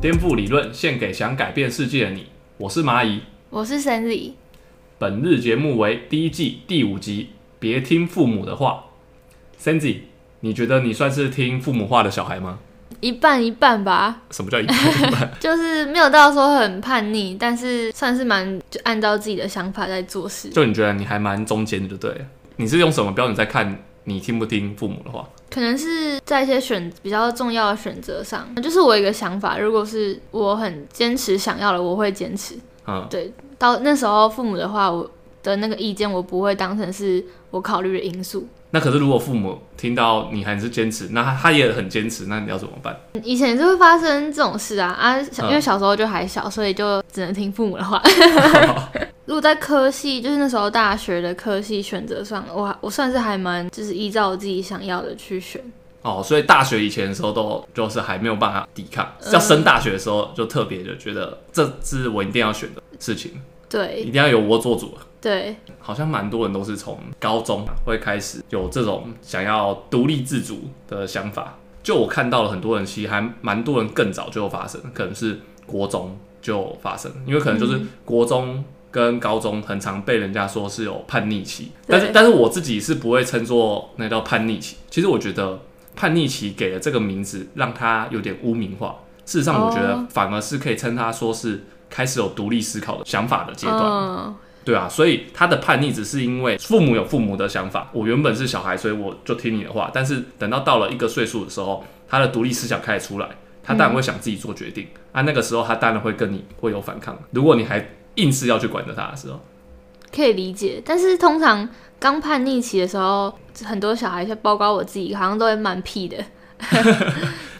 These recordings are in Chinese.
颠覆理论，献给想改变世界的你。我是蚂蚁，我是森里，本日节目为第一季第五集，别听父母的话。Sandy，你觉得你算是听父母话的小孩吗？一半一半吧，什么叫一半一半？就是没有到说很叛逆，但是算是蛮就按照自己的想法在做事。 就你觉得你还蛮中间的，就对了。你是用什么标准在看你听不听父母的话？可能是在一些选比较重要的选择上，就是我有一个想法，如果是我很坚持想要的，我会坚持。嗯，对，到那时候父母的话，我的那个意见我不会当成是我考虑的因素。那可是如果父母听到你还是坚持，那他他也很坚持，那你要怎么办？ 以前也是会发生这种事啊啊！小嗯因为小时候就还小，所以就只能听父母的话。如果在科系，就是那时候大学的科系选择上，我还我算是还蛮就是依照我自己想要的去选。哦，所以大学以前的时候都就是还没有办法抵抗，嗯要升大学的时候就特别的觉得这是我一定要选的事情，一对定要由我做主。对，好像蛮多人都是从高中会开始有这种想要独立自主的想法。就我看到了很多人，其实还蛮多人更早就有发生，可能是国中就发生，因为可能嗯就是国中跟高中很常被人家说是有叛逆期，但是对但是我自己是不会称作那叫叛逆期。其实我觉得叛逆期给了这个名字，让它有点污名化。事实上，我觉得哦反而是可以称它说是开始有独立思考的想法的阶段。嗯，对啊，所以他的叛逆只是因为父母有父母的想法，我原本是小孩，所以我就听你的话。但是等到到了一个岁数的时候，他的独立思想开始出来，他当然会想自己做决定、啊。那个时候他当然会跟你会有反抗。如果你还硬是要去管着他的时候，可以理解。但是通常刚叛逆期的时候，很多小孩，包括我自己，好像都会蛮屁的。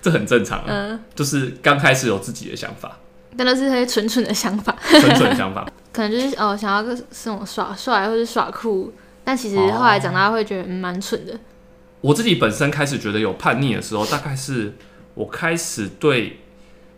这很正常、啊，嗯， 就是刚开始有自己的想法，但都是那些蠢蠢的想法。 纯纯的想法。 可能就是哦，想要个这种耍帅或者耍酷，但其实哦后来长大会觉得嗯蛮蠢的。我自己本身开始觉得有叛逆的时候，大概是我开始对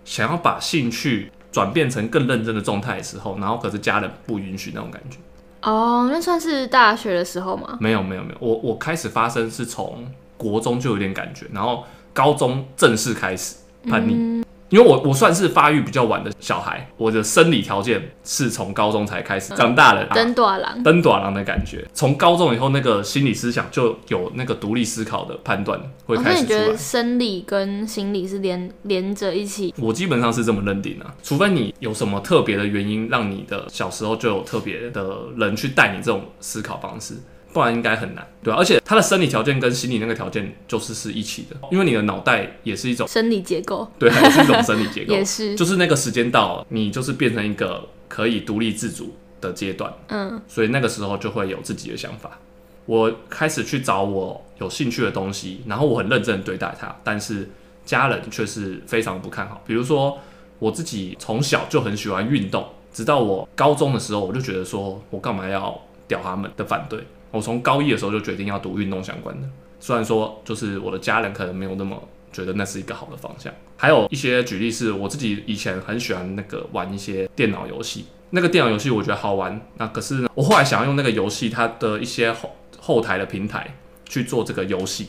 想要把兴趣转变成更认真的状态的时候，然后可是家人不允许那种感觉。哦，那算是大学的时候吗？没有没有没有，我我开始发生是从国中就有点感觉，然后高中正式开始叛逆，嗯因为我我算是发育比较晚的小孩，我的生理条件是从高中才开始，长大了嗯登大郎，登短廊的感觉，从高中以后那个心理思想就有那个独立思考的判断会哦，那开始你出觉来得。生理跟心理是连连着一起？我基本上是这么认定的、除非你有什么特别的原因，让你的小时候就有特别的人去带你这种思考方式，不然应该很难，对、啊、而且他的生理条件跟心理那个条件就是是一起的，因为你的脑袋也是一种，生理结构对，啊也是一种生理结构也，是，就是那个时间到了，你就是变成一个可以独立自主的阶段，嗯，所以那个时候就会有自己的想法。我开始去找我有兴趣的东西，然后我很认真地对待它，但是家人却是非常不看好。比如说我自己从小就很喜欢运动，直到我高中的时候，我就觉得说我干嘛要屌他们的反对。我从高一的时候就决定要读运动相关的，虽然说就是我的家人可能没有那么觉得那是一个好的方向。还有一些举例是我自己以前很喜欢那个玩一些电脑游戏，那个电脑游戏我觉得好玩，那可是呢我后来想要用那个游戏它的一些后后台的平台去做这个游戏，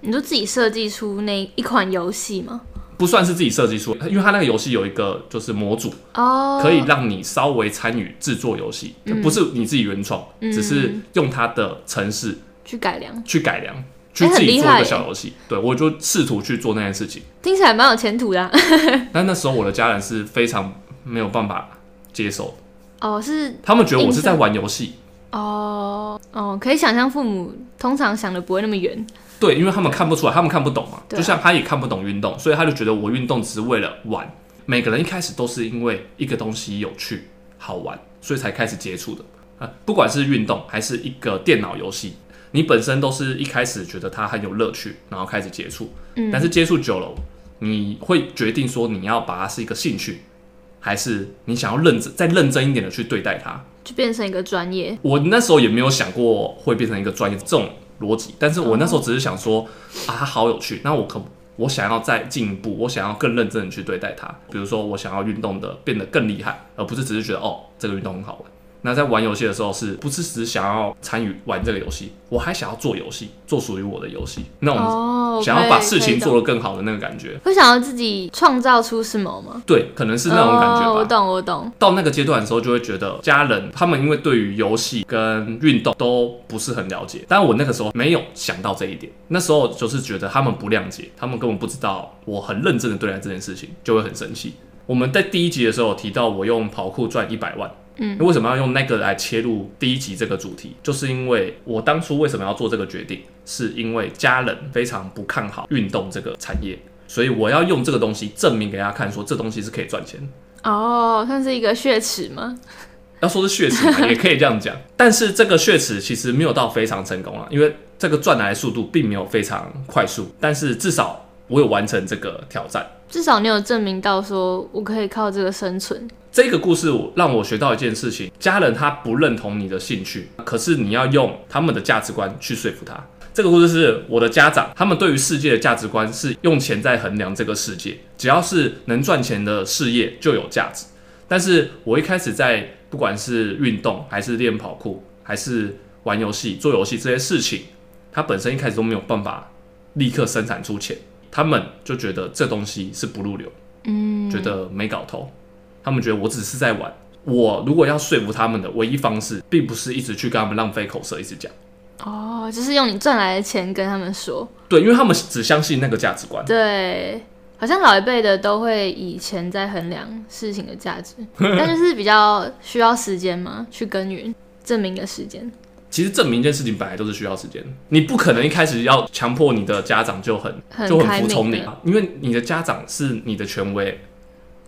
你就自己设计出那一款游戏吗？不算是自己设计出来，因为它那个游戏有一个就是模组，哦，可以让你稍微参与制作游戏，不是你自己原创，嗯只是用它的程式去改良，去改良，去哎很自己厉做一害个耶小游戏。对我就试图去做那件事情，听起来蛮有前途的啊、但那时候我的家人是非常没有办法接受， 哦，是他们觉得我是在玩游戏。哦哦，可以想象父母通常想的不会那么远，对，因为他们看不出来，他们看不懂嘛，对啊就像他也看不懂运动，所以他就觉得我运动只是为了玩。每个人一开始都是因为一个东西有趣、好玩，所以才开始接触的啊，不管是运动还是一个电脑游戏，你本身都是一开始觉得它很有乐趣，然后开始接触，嗯但是接触久了，你会决定说你要把它是一个兴趣，还是你想要认真再认真一点的去对待它。就变成一个专业。我那时候也没有想过会变成一个专业这种逻辑，但是我那时候只是想说，哦啊，它好有趣，那我可我想要再进一步，我想要更认真的去对待它。比如说，我想要运动的变得更厉害，而不是只是觉得哦，这个运动很好玩。那在玩游戏的时候，是不是只想要参与玩这个游戏？我还想要做游戏，做属于我的游戏，那种哦，嗯想要把事情做了，得更好的那个感觉。会想要自己创造出什么吗？对，可能是那种感觉吧。哦我懂，我懂。到那个阶段的时候，就会觉得家人他们因为对于游戏跟运动都不是很了解，但我那个时候没有想到这一点，那时候就是觉得他们不谅解，他们根本不知道我很认真的对待这件事情，就会很生气。我们在第一集的时候有提到我用跑酷赚一百万，嗯，为什么要用那个来切入第一集这个主题？就是因为我当初为什么要做这个决定，是因为家人非常不看好运动这个产业，所以我要用这个东西证明给大家看，说这东西是可以赚钱的。哦，算是一个血池吗？要说是血池嘛，也可以这样讲。但是这个血池其实没有到非常成功啊，因为这个赚来的速度并没有非常快速，但是至少我有完成这个挑战。至少你有证明到说我可以靠这个生存。这个故事我让我学到一件事情：家人他不认同你的兴趣，可是你要用他们的价值观去说服他。这个故事是我的家长，他们对于世界的价值观是用钱在衡量这个世界，只要是能赚钱的事业就有价值。但是我一开始在不管是运动，还是练跑酷，还是玩游戏、做游戏这些事情，它本身一开始都没有办法立刻生产出钱，他们就觉得这东西是不入流。嗯，觉得没搞头，他们觉得我只是在玩。我如果要说服他们的唯一方式，并不是一直去跟他们浪费口舌，一直讲。哦，就是用你赚来的钱跟他们说。对，因为他们只相信那个价值观。对，好像老一辈的都会以钱在衡量事情的价 值，但就是比较需要时间嘛，去耕耘证明的时间。其实证明一件事情本来都是需要时间，你不可能一开始要强迫你的家长就很很就开很明服从你的，因为你的家长是你的权威。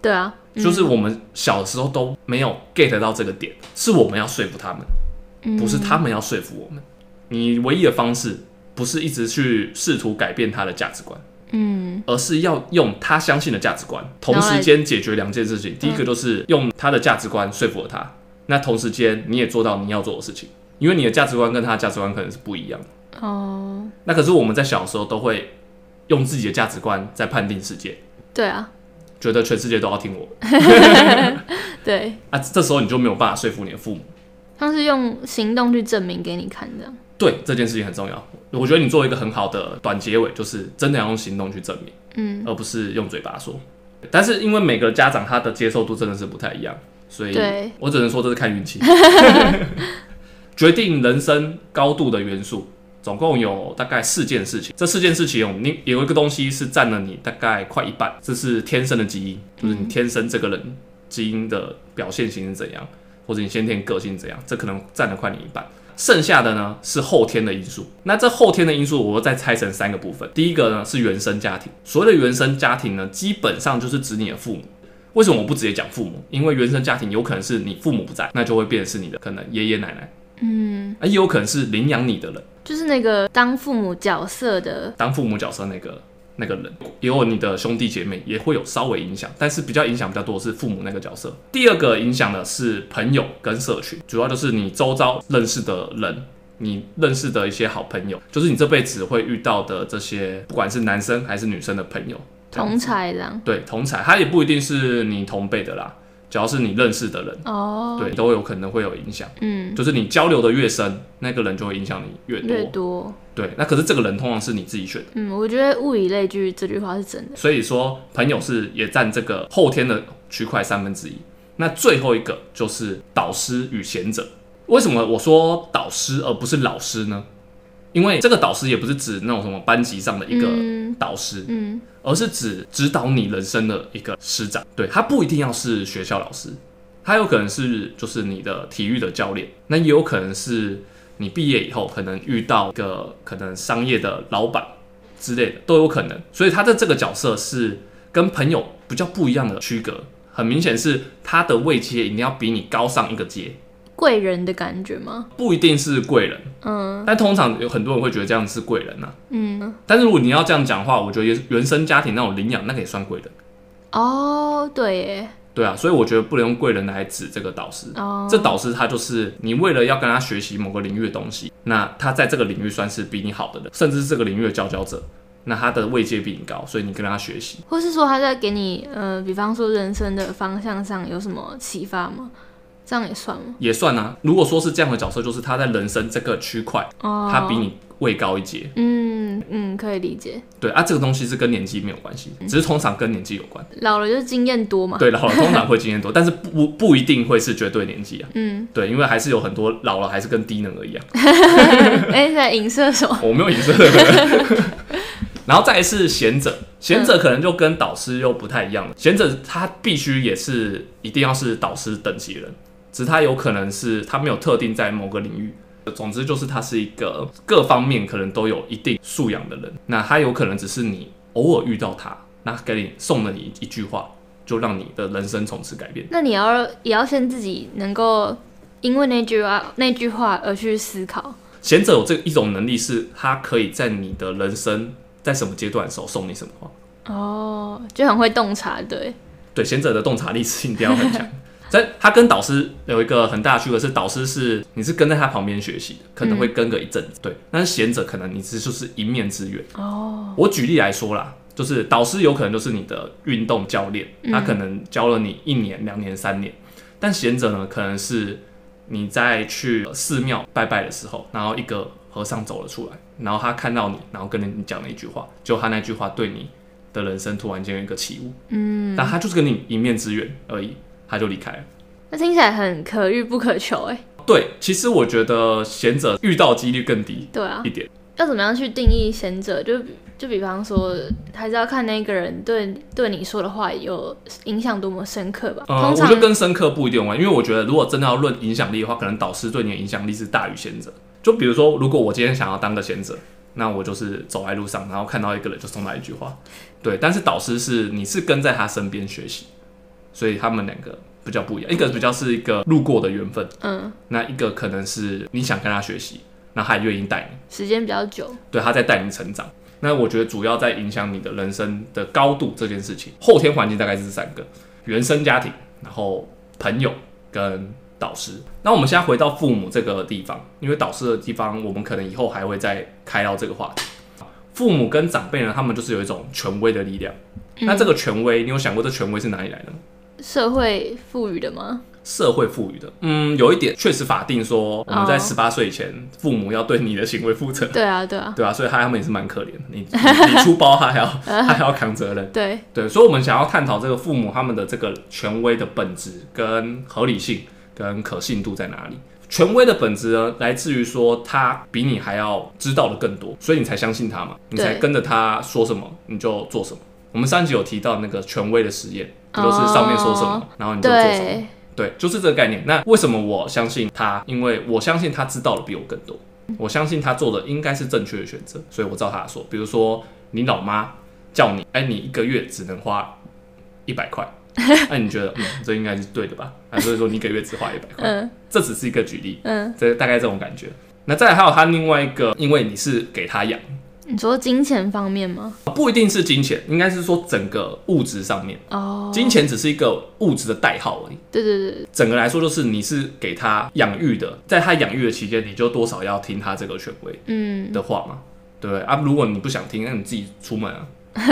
对啊，嗯就是我们小时候都没有 get 到这个点，是我们要说服他们。嗯不是他们要说服我们。你唯一的方式不是一直去试图改变他的价值观，嗯，而是要用他相信的价值观，同时间解决两件事情。第一个就是用他的价值观说服了他，那同时间你也做到你要做的事情，因为你的价值观跟他的价值观可能是不一样的。哦，那可是我们在小时候都会用自己的价值观在判定世界，对啊，觉得全世界都要听我对，啊，这时候你就没有办法说服你的父母。像是用行动去证明给你看的。对这件事情很重要。我觉得你做一个很好的短结尾，就是真的要用行动去证明，嗯，而不是用嘴巴说。但是因为每个家长他的接受度真的是不太一样，所以对我只能说这是看运气。决定人生高度的元素，总共有大概四件事情。这四件事情有哦你有一个东西是占了你大概快一半，这是天生的基因，就是你天生这个人基因的表现型是怎样，或者你先天个性怎样，这可能占了快你一半。剩下的呢是后天的因素。那这后天的因素，我又再拆成三个部分。第一个呢是原生家庭，所谓的原生家庭呢，基本上就是指你的父母。为什么我不直接讲父母？因为原生家庭有可能是你父母不在，那就会变成是你的可能爷爷奶奶，嗯，啊，也有可能是领养你的人，就是那个当父母角色的，当父母角色那个那个人，也有你的兄弟姐妹，也会有稍微影响，但是比较影响比较多的是父母那个角色。第二个影响的是朋友跟社群，主要就是你周遭认识的人。你认识的一些好朋友，就是你这辈子会遇到的这些，不管是男生还是女生的朋友，这样同才这样。对同才，他也不一定是你同辈的啦，只要是你认识的人，哦，对，都有可能会有影响。嗯，就是你交流的越深，那个人就会影响你越多。越多，对，那可是这个人通常是你自己选的，嗯，我觉得物以类聚这句话是真的。所以说朋友是也占这个后天的区块三分之一。那最后一个就是导师与贤者。为什么我说导师而不是老师呢？因为这个导师也不是指那种什么班级上的一个嗯导师，嗯，而是指指导你人生的一个师长。对，他不一定要是学校老师，他有可能是就是你的体育的教练，那也有可能是你毕业以后可能遇到一个可能商业的老板之类的都有可能。所以他的这个角色是跟朋友比较不一样的区隔，很明显是他的位阶一定要比你高上一个阶，贵人的感觉吗？不一定是贵人，嗯但通常有很多人会觉得这样是贵人呐、啊。嗯，但是如果你要这样讲话，我觉得原原生家庭那种领养那个也算贵人。哦，对耶，对啊，所以我觉得不能用贵人来指这个导师。哦，这导师他就是你为了要跟他学习某个领域的东西，那他在这个领域算是比你好的人，甚至是这个领域的佼佼者，那他的位阶比你高，所以你跟他学习。或是说他在给你呃，比方说人生的方向上有什么启发吗？这样也算吗？也算啊。如果说是这样的角色，就是他在人生这个区块，哦，他比你位高一截。嗯嗯，可以理解，对啊，这个东西是跟年纪没有关系，嗯只是通常跟年纪有关。老了就是经验多嘛。对，老了通常会经验多，但是不不不一定会是绝对年纪啊。嗯，对，因为还是有很多老了还是跟低能儿一样。哎、在影射什么？ 我没有影射。 然后再来是贤者，贤者可能就跟导师又不太一样了。贤者他必须也是一定要是导师等级的人，只是他有可能是他没有特定在某个领域。总之就是他是一个各方面可能都有一定素养的人。那他有可能只是你偶尔遇到他，那给你送了你一句话，就让你的人生从此改变。那你要也要先自己能够因为那句话那句话而去思考。贤者有这一种能力，是他可以在你的人生在什么阶段的时候送你什么话。哦，就很会洞察，对，对贤者的洞察力是一定要很强。 但他跟导师有一个很大的区别是，导师是你是跟在他旁边学习的，可能会跟个一阵子，对。但是贤者可能你是就是一面之缘。哦，我举例来说啦，就是导师有可能就是你的运动教练，他可能教了你一年、两年、三年，但贤者呢，可能是你在去寺庙拜拜的时候，然后一个和尚走了出来，然后他看到你，然后跟你讲了一句话，就他那句话对你的人生突然间有一个起悟，嗯，但他就是跟你一面之缘而已，他就离开了。那听起来很可遇不可求，哎，对，其实我觉得贤者遇到几率更低对啊一，点。要怎么样去定义贤者？就就比方说，还是要看那个人对对你说的话有影响多么深刻吧。呃，通我常觉得跟深刻不一定有关，哦因为我觉得如果真的要论影响力的话，可能导师对你的影响力是大于贤者。就比如说，如果我今天想要当个贤者，那我就是走在路上，然后看到一个人就送他一句话，对。但是导师是你是跟在他身边学习，所以他们两个比较不一样，一个比较是一个路过的缘分，嗯，那一个可能是你想跟他学习，那他也愿意带你。时间比较久，对，他在带你成长。那我觉得主要在影响你的人生的高度这件事情，后天环境大概是三个：原生家庭，然后朋友跟导师。那我们现在回到父母这个地方，因为导师的地方，我们可能以后还会再开到这个话题。父母跟长辈呢，他们就是有一种权威的力量。那这个权威，你有想过这权威是哪里来的吗？社会赋予的吗？社会赋予的，嗯，有一点确实法定说，我们在哦十八岁以前，父母要对你的行为负责。对啊，对啊， 对啊，所以他他们也是蛮可怜的，你你 你出包他还要他还要扛责任，对，啊对，所以我们想要探讨这个父母他们的这个权威的本质跟合理性跟可信度在哪里。权威的本质呢，来自于说他比你还要知道的更多，所以你才相信他嘛，你才对跟着他说什么你就做什么。我们上一集有提到那个权威的实验，不都是上面说什么，哦然后你就做什么。对，对，就是这个概念。那为什么我相信他？因为我相信他知道的比我更多，我相信他做的应该是正确的选择，所以我照他的说。比如说，你老妈叫你，哎，你一个月只能花一百块，那、你觉得，嗯，这应该是对的吧？啊，所以说你一个月只花一百块，嗯这只是一个举例，嗯，这大概这种感觉。那再来还有他另外一个，因为你是给他养，你说金钱方面吗？不一定是金钱，应该是说整个物质上面，哦，金钱只是一个物质的代号而已。对对对，整个来说，就是你是给他养育的，在他养育的期间，你就多少要听他这个权威嗯，的话嘛，对不对啊？如果你不想听，那你自己出门 啊，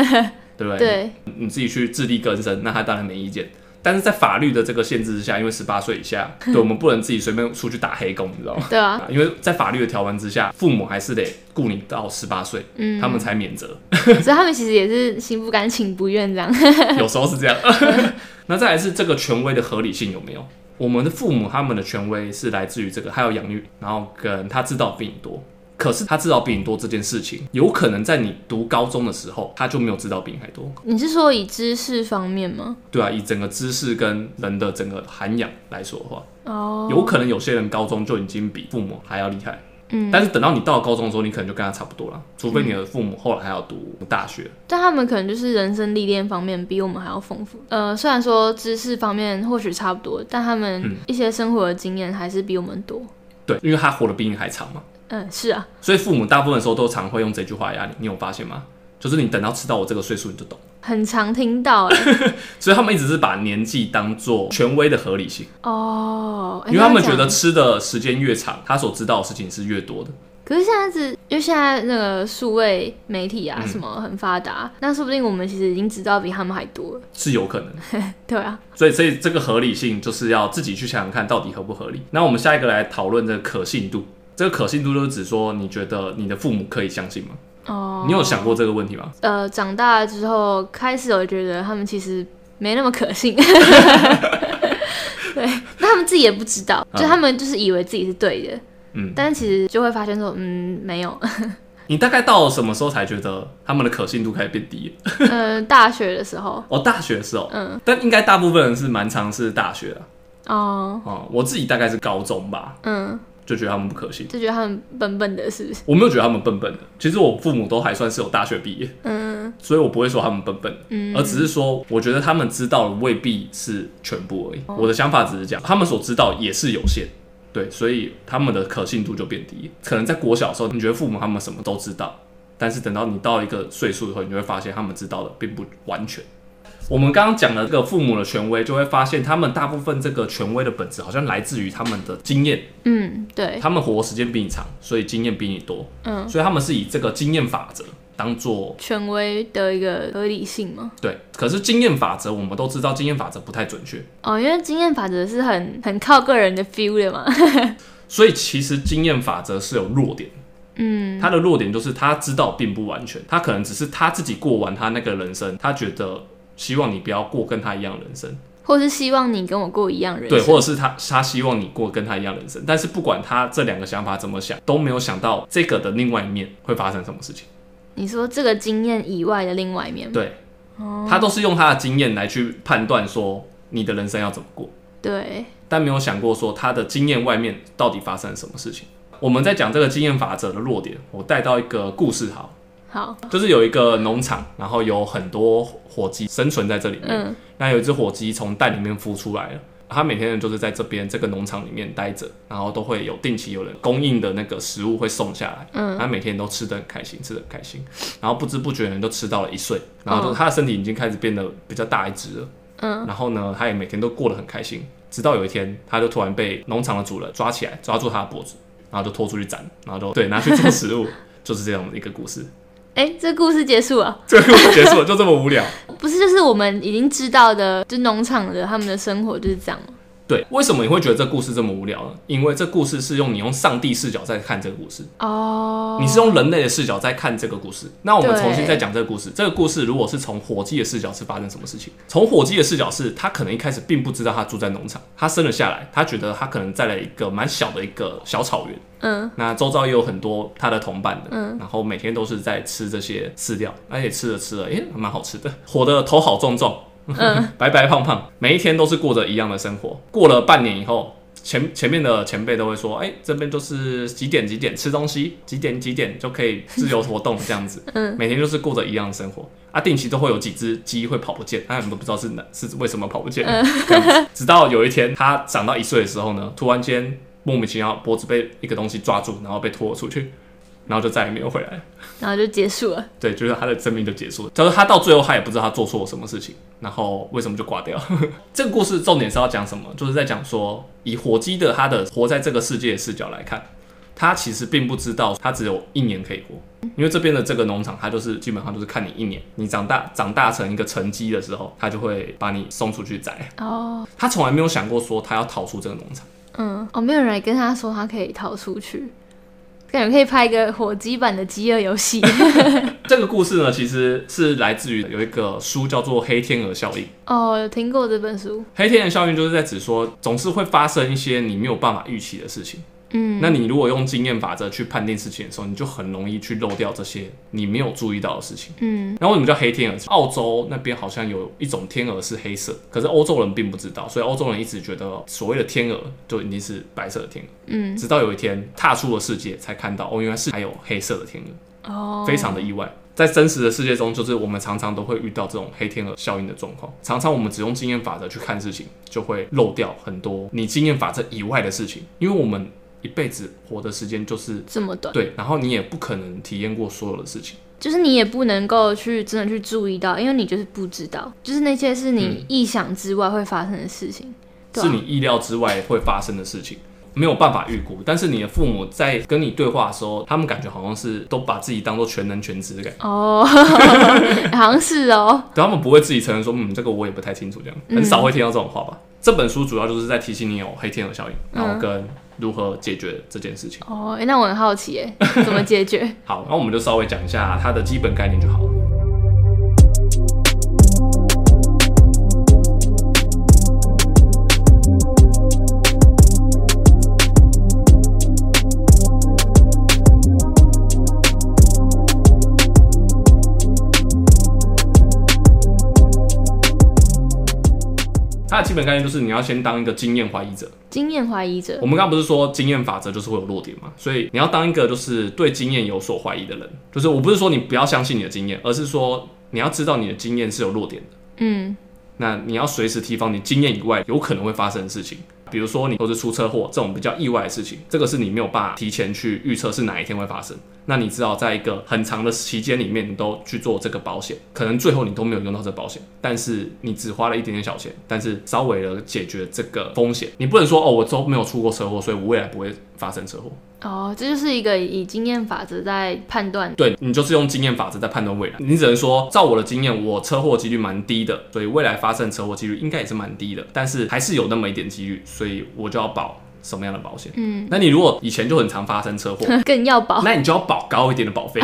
对不对？对，你自己去自力更生，那他当然没意见。但是在法律的这个限制之下，因为十八岁以下，对我们不能自己随便出去打黑工，你知道吗？对啊， 啊因为在法律的条文之下，父母还是得雇你到十八岁，嗯他们才免责。所以他们其实也是心不甘情不愿这样。 有时候是这样。 那再来是这个权威的合理性有没有？我们的父母他们的权威是来自于这个，还有养育，然后跟他知道比你多。可是他知道比你多这件事情，有可能在你读高中的时候，他就没有知道比你还多。你是说以知识方面吗？对啊，以整个知识跟人的整个涵养来说的话，哦，有可能有些人高中就已经比父母还要厉害。嗯，但是等到你到了高中的时候，你可能就跟他差不多了，除非你的父母后来还要读大学。但他们可能就是人生历练方面比我们还要丰富。呃，虽然说知识方面或许差不多，但他嗯们一些生活的经验还是比我们多。对，因为他活得比你还长嘛。嗯，是啊，所以父母大部分的时候都常会用这句话压你，你有发现吗？就是你等到吃到我这个岁数你就懂，很常听到、 欸。所以他们一直是把年纪当做权威的合理性，哦，欸因为他们觉这得样讲吃的时间越长，他所知道的事情是越多的。可是现在是，因为现在那个数位媒体啊嗯什么很发达，那说不定我们其实已经知道比他们还多了。是有可能。对啊，所以，所以这个合理性就是要自己去想想看到底合不合理。那我们下一个来讨论这个可信度。这个可信度就是指说，你觉得你的父母可以相信吗？哦，你有想过这个问题吗？呃，长大之后开始，我觉得他们其实没那么 可信。对，那他们自己也不知道，就嗯他们就是以为自己是对的，嗯，但其实就会发现说，嗯，没 有。你大概到什么时候才觉得他们的可信度开始变低？嗯，大学的时候，哦，大学的时候，嗯，但应该大部分人是蛮常是大学啊。哦，哦，我自己大概是高中吧，嗯，就觉得他们不可信。就觉得他们笨笨的，是不是？我没有觉得他们笨笨的，其实我父母都还算是有大学毕业，嗯所以我不会说他们笨笨的，嗯而只是说我觉得他们知道的未必是全部而已。我的想法只是这样，他们所知道也是有限，对，所以他们的可信度就变低。可能在国小的时候，你觉得父母他们什么都知道，但是等到你到一个岁数以后，你就会发现他们知道的并不完全。我们刚刚讲的这个父母的权威，就会发现他们大部分这个权威的本质好像来自于他们的经验，嗯，对，他们活时间比你长，所以经验比你多，嗯，所以他们是以这个经验法则当做权威的一个合理性嘛。对，可是经验法则我们都知道，经验法则不太准确，哦，因为经验法则是很很靠个人的 feel 的嘛。所以其实经验法则是有弱点。嗯它的弱点就是他知道并不完全，他可能只是他自己过完他那个人生，他觉得希望你不要过跟他一样的人生，或是希望你跟我过一样人生。对，或者是他他希望你过跟他一样的人生。但是不管他这两个想法怎么想，都没有想到这个的另外一面会发生什么事情。你说这个经验以外的另外一面吗，对，他都是用他的经验来去判断说你的人生要怎么过。对，但没有想过说他的经验外面到底发生了什么事情。我们在讲这个经验法则的弱点，我带到一个故事好，好，就是有一个农场，然后有很多火鸡生存在这里面。嗯那有一只火鸡从蛋里面孵出来了，它每天就是在这边这个农场里面待着，然后都会有定期有人供应的那个食物会送下来，嗯它每天都吃得很开心，吃得很开心，然后不知不觉人都吃到了一岁，然后哦就它的身体已经开始变得比较大一只了，嗯，然后呢，它也每天都过得很开心，直到有一天，它就突然被农场的主人抓起来，抓住它的脖子，然后就拖出去斩，然后就对拿去做食物， 就是这样的一个故事，哎，这故事结束了，这个故事结束了，就这么无聊。不是就是我们已经知道的，就农场的他们的生活就是这样吗？对，为什么你会觉得这故事这么无聊呢？因为这故事是用你用上帝视角在看这个故事，哦，你是用人类的视角在看这个故事。那我们对重新再讲这个故事，这个故事如果是从火鸡的视角是发生什么事情？从火鸡的视角是，他可能一开始并不知道他住在农场，他生了下来，他觉得他可能在了一个蛮小的一个小草原，嗯那周遭也有很多他的同伴的，嗯然后每天都是在吃这些饲料，而且吃着吃着，诶、蛮好吃的，活得头好壮壮，嗯 白白胖胖，每一天都是过着一样的生活。过了半年以后，前前面的前辈都会说，哎、这边就是几点几点吃东西，几点几点就可以自由活动这样子，嗯，每天就是过着一样的生活。啊，定期都会有几只鸡会跑不见，那、啊、你们不知道是哪是为什么跑不见，这样子直到有一天它长到一岁的时候呢，突然间莫名其妙脖子被一个东西抓住，然后被拖了出去，然后就再也没有回来了。然后就结束了。对，就是他的生命就结束了。他说他到最后他也不知道他做错了什么事情，然后为什么就挂掉。 这个故事重点是要讲什么？就是在讲说，以火鸡的他的活在这个世界的视角来看，他其实并不知道他只有一年可以活，因为这边的这个农场，它就是基本上就是看你一年，你长大长大成一个成鸡的时候，他就会把你送出去宰。哦，他从来没有想过说他要逃出这个农场。嗯，哦，没有人来跟他说他可以逃出去，感觉可以拍一个火鸡版的饥饿游 戏。这个故事呢，其实是来自于有一个书叫做《黑天鹅效应》。哦，有听过这本书。黑天鹅效应就是在指说，总是会发生一些你没有办法预期的事情。嗯，那你如果用经验法则去判定事情的时候，你就很容易去漏掉这些你没有注意到的事情。嗯那为什么叫黑天鹅？澳洲那边好像有一种天鹅是黑色，可是欧洲人并不知道，所以欧洲人一直觉得所谓的天鹅就一定是白色的天鹅，嗯，直到有一天踏出了世界，才看到哦，原来是还有黑色的天鹅。哦，非常的意外。在真实的世界中，就是我们常常都会遇到这种黑天鹅效应的状况。常常我们只用经验法则去看事情，就会漏掉很多你经验法则以外的事情，因为我们一辈子活的时间就是这么短，对，然后你也不可能体验过所有的事情。就是你也不能够去真的去注意到，因为你就是不知道，就是那些嗯是你意想之外会发生的事情。对啊是你意料之外会发生的事情。没有办法预估，但是你的父母在跟你对话的时候，他们感觉好像是都把自己当做全能全知的感觉，哦， 好像是哦，对他们不会自己承认说，嗯，这个我也不太清楚，这样很少会听到这种话吧。这本书主要就是在提醒你有黑天鹅效应，然后跟如何解决这件事情。哦，哎、那我很好奇耶，怎么 解决？好，那我们就稍微讲一下它的基本概念就好了。它的基本概念就是你要先当一个经验怀疑者。经验怀疑者我，们刚刚不是说经验法则就是会有弱点嘛？所以你要当一个就是对经验有所怀疑的人，就是我不是说你不要相信你的经验，而是说你要知道你的经验是有弱点的。嗯，那你要随时提防你经验以外有可能会发生的事情，比如说你或是出车祸这种比较意外的事情，这个是你没有办法提前去预测是哪一天会发生。那你知道，在一个很长的期间里面，你都去做这个保险，可能最后你都没有用到这保险，但是你只花了一点点小钱，但是稍微的解决这个风险。你不能说哦，我都没有出过车祸，所以我未来不会发生车祸。哦，这就是一个以经验法则在判断。对你就是用经验法则在判断未来，你只能说，照我的经验，我车祸几率蛮低的，所以未来发生车祸几率应该也是蛮低的，但是还是有那么一点几率，所以我就要保什么样的保险？嗯，哦那你如果以前就很常发生车祸，更要保那你就要保高一点的保费，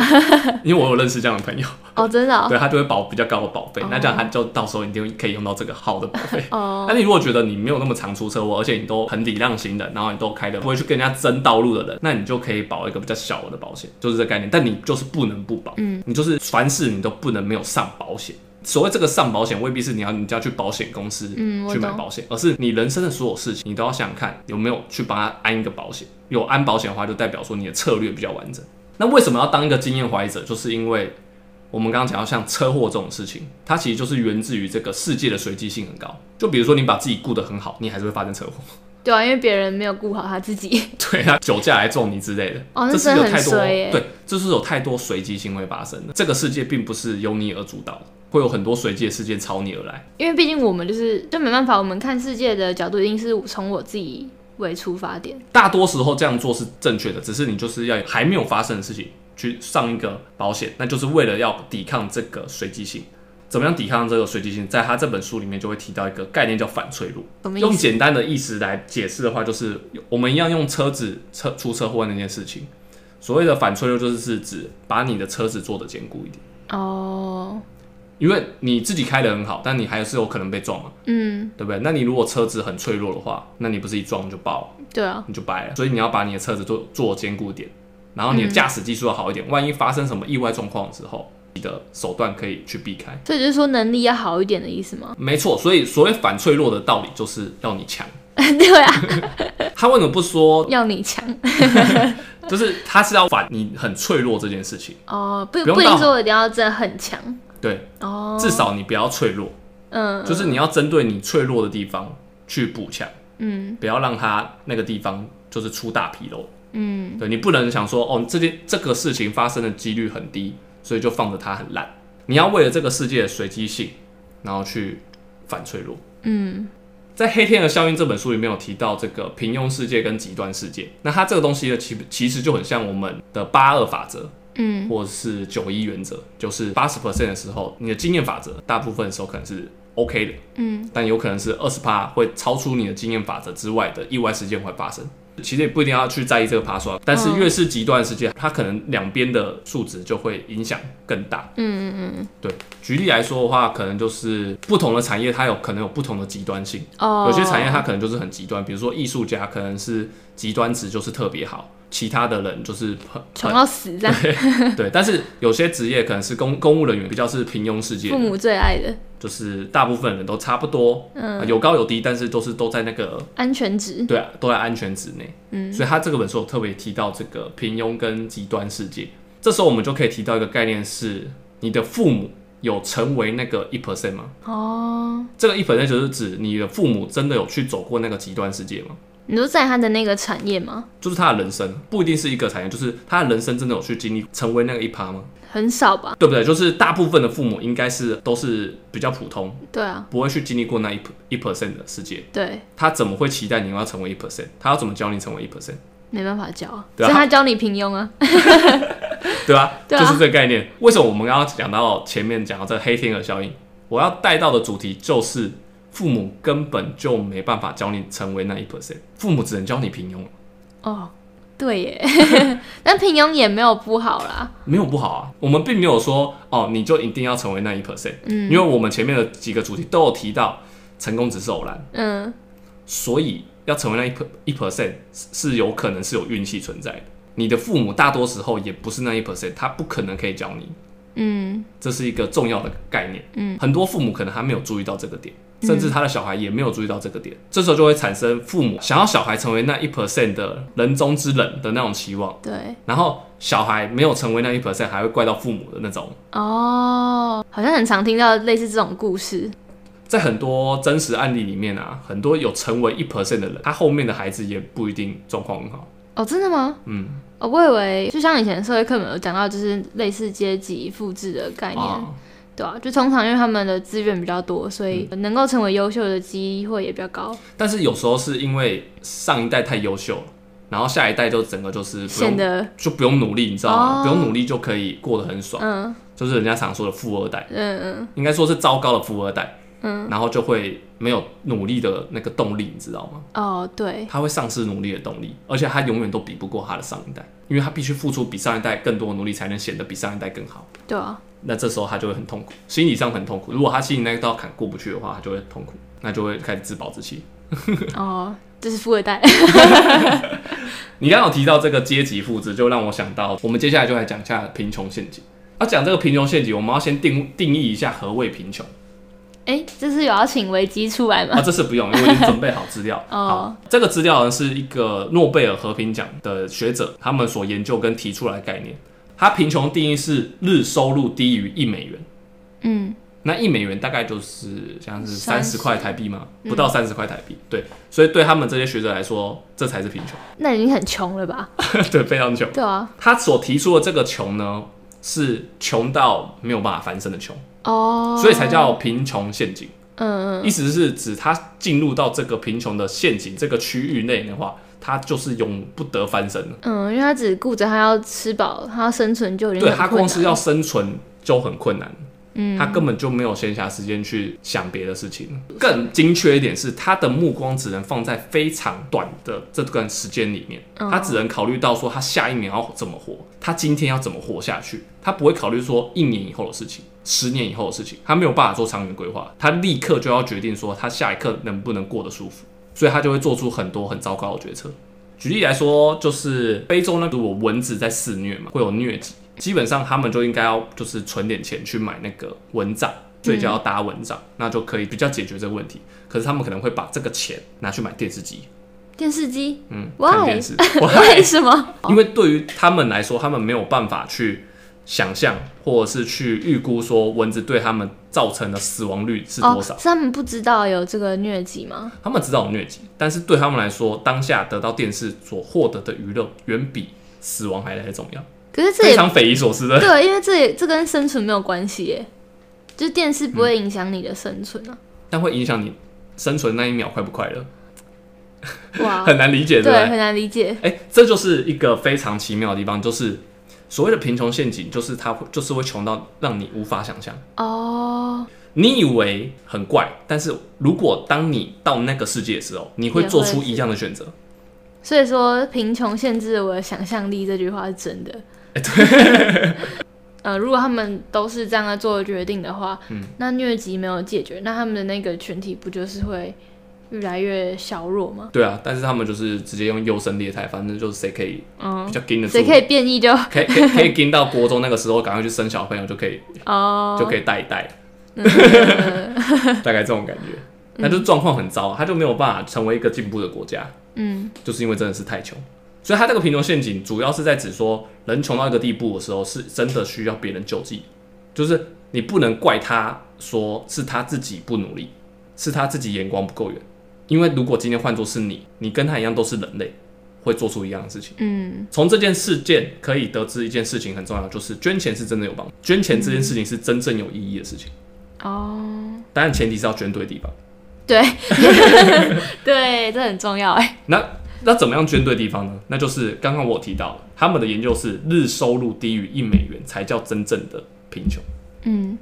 因为我有认识这样的朋友，哦，真的哦，对他就会保比较高的保费哦，那这样他就到时候一定可以用到这个好的保费。哦， 那你如果觉得你没有那么常出车祸，而且你都很礼让行人，然后你都开的不会去跟人家争道路的人，那你就可以保一个比较小的保险，就是这概念。但你就是不能不保，嗯，你就是凡事你都不能没有上保险。所谓这个上保险，未必是你要你就要去保险公司嗯我去买懂保险，而是你人生的所有事情，你都要想想看有没有去帮他安一个保险。有安保险的话，就代表说你的策略比较完整。那为什么要当一个经验怀疑者？就是因为我们刚刚讲到像车祸这种事情，它其实就是源自于这个世界的随机性很高。就比如说你把自己顾得很好，你还是会发生车祸， 对啊，因为别人没有顾好他自己。 对啊，酒驾来撞你之类的，哦那这是真的有很太多衰耶对，这是有太多随机性会发生的。这个世界并不是由你而主导的，会有很多随机的事件朝你而来。因为毕竟我们就是就没办法，我们看世界的角度一定是从我自己为出发点。大多时候这样做是正确的，只是你就是要还没有发生的事情去上一个保险，那就是为了要抵抗这个随机性。怎么样抵抗这个随机性？在他这本书里面就会提到一个概念叫反脆弱。什么意用思？简单的意思来解释的话，就是我们一样用车子车出车祸那件事情。所谓的反脆弱，就是是指把你的车子做的坚固一点，哦，因为你自己开的很好，但你还是有可能被撞嘛，嗯，对不对？那你如果车子很脆弱的话，那你不是一撞就爆，对啊，你就掰了。所以你要把你的车子做做坚固点，然后你的驾驶技术要好一点，万一发生什么意外状况之后，你的手段可以去避开。所以就是说能力要好一点的意思吗？ 没错，所以所谓反脆弱的道理就是要你强。对 啊，他为什么不说要你强 就是他是要反你很脆弱这件事情，哦，不不用不一定到说我一定要真的很强对，哦，至少你不要脆弱，嗯，就是你要针对你脆弱的地方去补强，嗯不要让他那个地方就是出大纰漏。嗯对你不能想说哦，这件这个事情发生的几率很低，所以就放着它很烂。你要为了这个世界的随机性，然后去反脆弱。嗯在《黑天鹅效应》这本书里面有提到这个平庸世界跟极端世界，那它这个东西呢，其其实就很像我们的八二法则，嗯，或是九一原则，就是八十 percent 的时候，你的经验法则大部分的时候可能是 OK 的，嗯，但有可能是二十趴会超出你的经验法则之外的意外事件会发生。其实也不一定要去在意这个爬刷，但是嗯越是极端的事件，它可能两边的数值就会影响更大。嗯嗯对，举例来说的话，可能就是不同的产业，它有可能有不同的极端性。嗯，哦，有些产业它可能就是很极端，比如说艺术家可能是极端值就是特别好，其他的人就是很穷到死这样，对，但是有些职业可能是公公务人员，比较是平庸世界父，母最爱的就是大部分人都差不多，嗯呃有高有低，但是都是都在那个安全值，对、啊，都在安全值内。嗯所以他这个本书有特别提到这个平庸跟极端世界。这时候我们就可以提到一个概念是，你的父母有成为那个一 percent 吗？哦，这个一 percent 就是指你的父母真的有去走过那个极端世界吗？你说在他的那个产业吗？就是他的人生不一定是一个产业，就是他的人生真的有去经历成为那个一趴吗？很少吧？对不对？就是大部分的父母应该是都是比较普通，对啊，不会去经历过那一一 percent 的世界。对，他怎么会期待你要成为一 percent？他要怎么教你成为一 percent？没办法教啊，对啊所以他教你平庸啊。对吧？对啊就是这个概念。为什么我们刚刚讲到前面讲到这黑天鹅效应？我要带到的主题就是父母根本就没办法教你成为那一 percent，父母只能教你平庸，哦，对耶， 但平庸也没有不好啦。没有不好啊。我们并没有说哦，你就一定要成为那一 percent，嗯因为我们前面的几个主题都有提到成功只是偶然，嗯，所以要成为那一 per 一 percent 是有可能是有运气存在的。你的父母大多时候也不是那一 percent，他不可能可以教你。嗯，这是一个重要的概念。嗯，很多父母可能他没有注意到这个点，甚至他的小孩也没有注意到这个点，这时候就会产生父母想要小孩成为那一 percent 的人中之人的那种期望，对，然后小孩没有成为那一 percent，还会怪到父母的那种。哦，好像很常听到类似这种故事。在很多真实案例里面啊，很多有成为一 percent 的人，他后面的孩子也不一定状况很好。哦，真的吗？嗯，哦，我以为就像以前社会课本有讲到，就是类似阶级复制的概念，啊，对啊，就通常因为他们的资源比较多，所以能够成为优秀的机会也比较高，但是有时候是因为上一代太优秀了，然后下一代就整个就是不显用得就不用努力，你知道吗？哦不用努力就可以过得很爽，嗯就是人家常说的富二代，嗯嗯应该说是糟糕的富二代，嗯，然后就会没有努力的那个动力，你知道吗？哦，对，他会丧失努力的动力，而且他永远都比不过他的上一代，因为他必须付出比上一代更多的努力，才能显得比上一代更好。对啊，那这时候他就会很痛苦，心理上很痛苦。如果他心里那道坎过不去的话，他就会很痛苦，那就会开始自暴自弃。哦，这是富二代， 你刚刚有提到这个阶级复制，就让我想到，我们接下来就来讲一下贫穷陷阱。要讲这个贫穷陷阱，我们要先定定义一下何谓贫穷哎，这是有要请维基出来吗？啊，这是不用，因为我已经准备好资料。哦好，这个资料呢是一个诺贝尔和平奖的学者他们所研究跟提出来的概念。它贫穷定义是日收入低于一美元，嗯，那一美元大概就是像是三十嗯30块台币嘛，不到三十块台币。对，所以对他们这些学者来说，这才是贫穷， 那已经很穷了吧？对，非常穷。对啊，他所提出的这个穷呢，是穷到没有办法翻身的穷，哦，所以才叫贫穷陷阱。嗯嗯意思是指他进入到这个贫穷的陷阱这个区域内的话，他就是永不得翻身了。嗯，因为他只顾着他要吃饱，他要生存就有对点他很困光难哦是要生存就很困难，嗯他根本就没有闲暇时间去想别的事情。更精确一点是，他的目光只能放在非常短的这段时间里面，嗯他只能考虑到说他下一年要怎么活，他今天要怎么活下去，他不会考虑说一年以后的事情。十年以后的事情，他没有办法做长远规划，他立刻就要决定说他下一刻能不能过得舒服，所以他就会做出很多很糟糕的决策。举例来说，就是非洲那如果蚊子在肆虐嘛，会有疟疾，基本上他们就应该要就是存点钱去买那个蚊帐，所以就要搭蚊嗯帐，那就可以比较解决这个问题。可是他们可能会把这个钱拿去买电视机，电视机，嗯， Why？看电 视哎为什么？因为对于他们来说，他们没有办法去想象或者是去预估说蚊子对他们造成的死亡率是哦，多少。是他们不知道有这个疟疾吗？他们知道有疟疾，但是对他们来说，当下得到电视所获得的娱乐远比死亡还来得重要，可是这非也常匪夷所思的。 对，因为这也这跟生存没有关系耶，就是电视不会影响你的生存啊。但会影响你生存那一秒快不快乐，哇， 很难理解，对不对，对？很难理解。哎、这就是一个非常奇妙的地方，就是所谓的贫穷陷阱，就是它会就是会穷到让你无法想象。哦，你以为很怪，但是如果当你到那个世界的时候，你会也做会出是一样的选择。所以说“贫穷限制了我的想象力”这句话是真的。 呃，如果他们都是这样来做决定的话，那疟疾没有解决，那他们的那个群体不就是会越来越削弱吗？对啊，但是他们就是直接用优胜劣汰，反正就是谁可以嗯比，较盯得住，谁可以变异就可以可以可以盯到国中那个时候，赶快去生小朋友就可以哦，就可以带一带，大概这种感觉。那就状况很糟，他就没有办法成为一个进步的国家，嗯就是因为真的是太穷。所以他这个贫穷陷阱主要是在指说，人穷到一个地步的时候，是真的需要别人救济，就是你不能怪他说是他自己不努力，是他自己眼光不够远，因为如果今天换作是你，你跟他一样都是人类，会做出一样的事情。嗯，从这件事件可以得知一件事情很重要，就是捐钱是真的有帮助，捐钱这件事情是真正有意义的事情。哦，当然前提是要捐对地方。对， 对，这很重要哎。那那怎么样捐对地方呢？那就是刚刚我提到了，他们的研究是日收入低于一美元才叫真正的贫穷。嗯，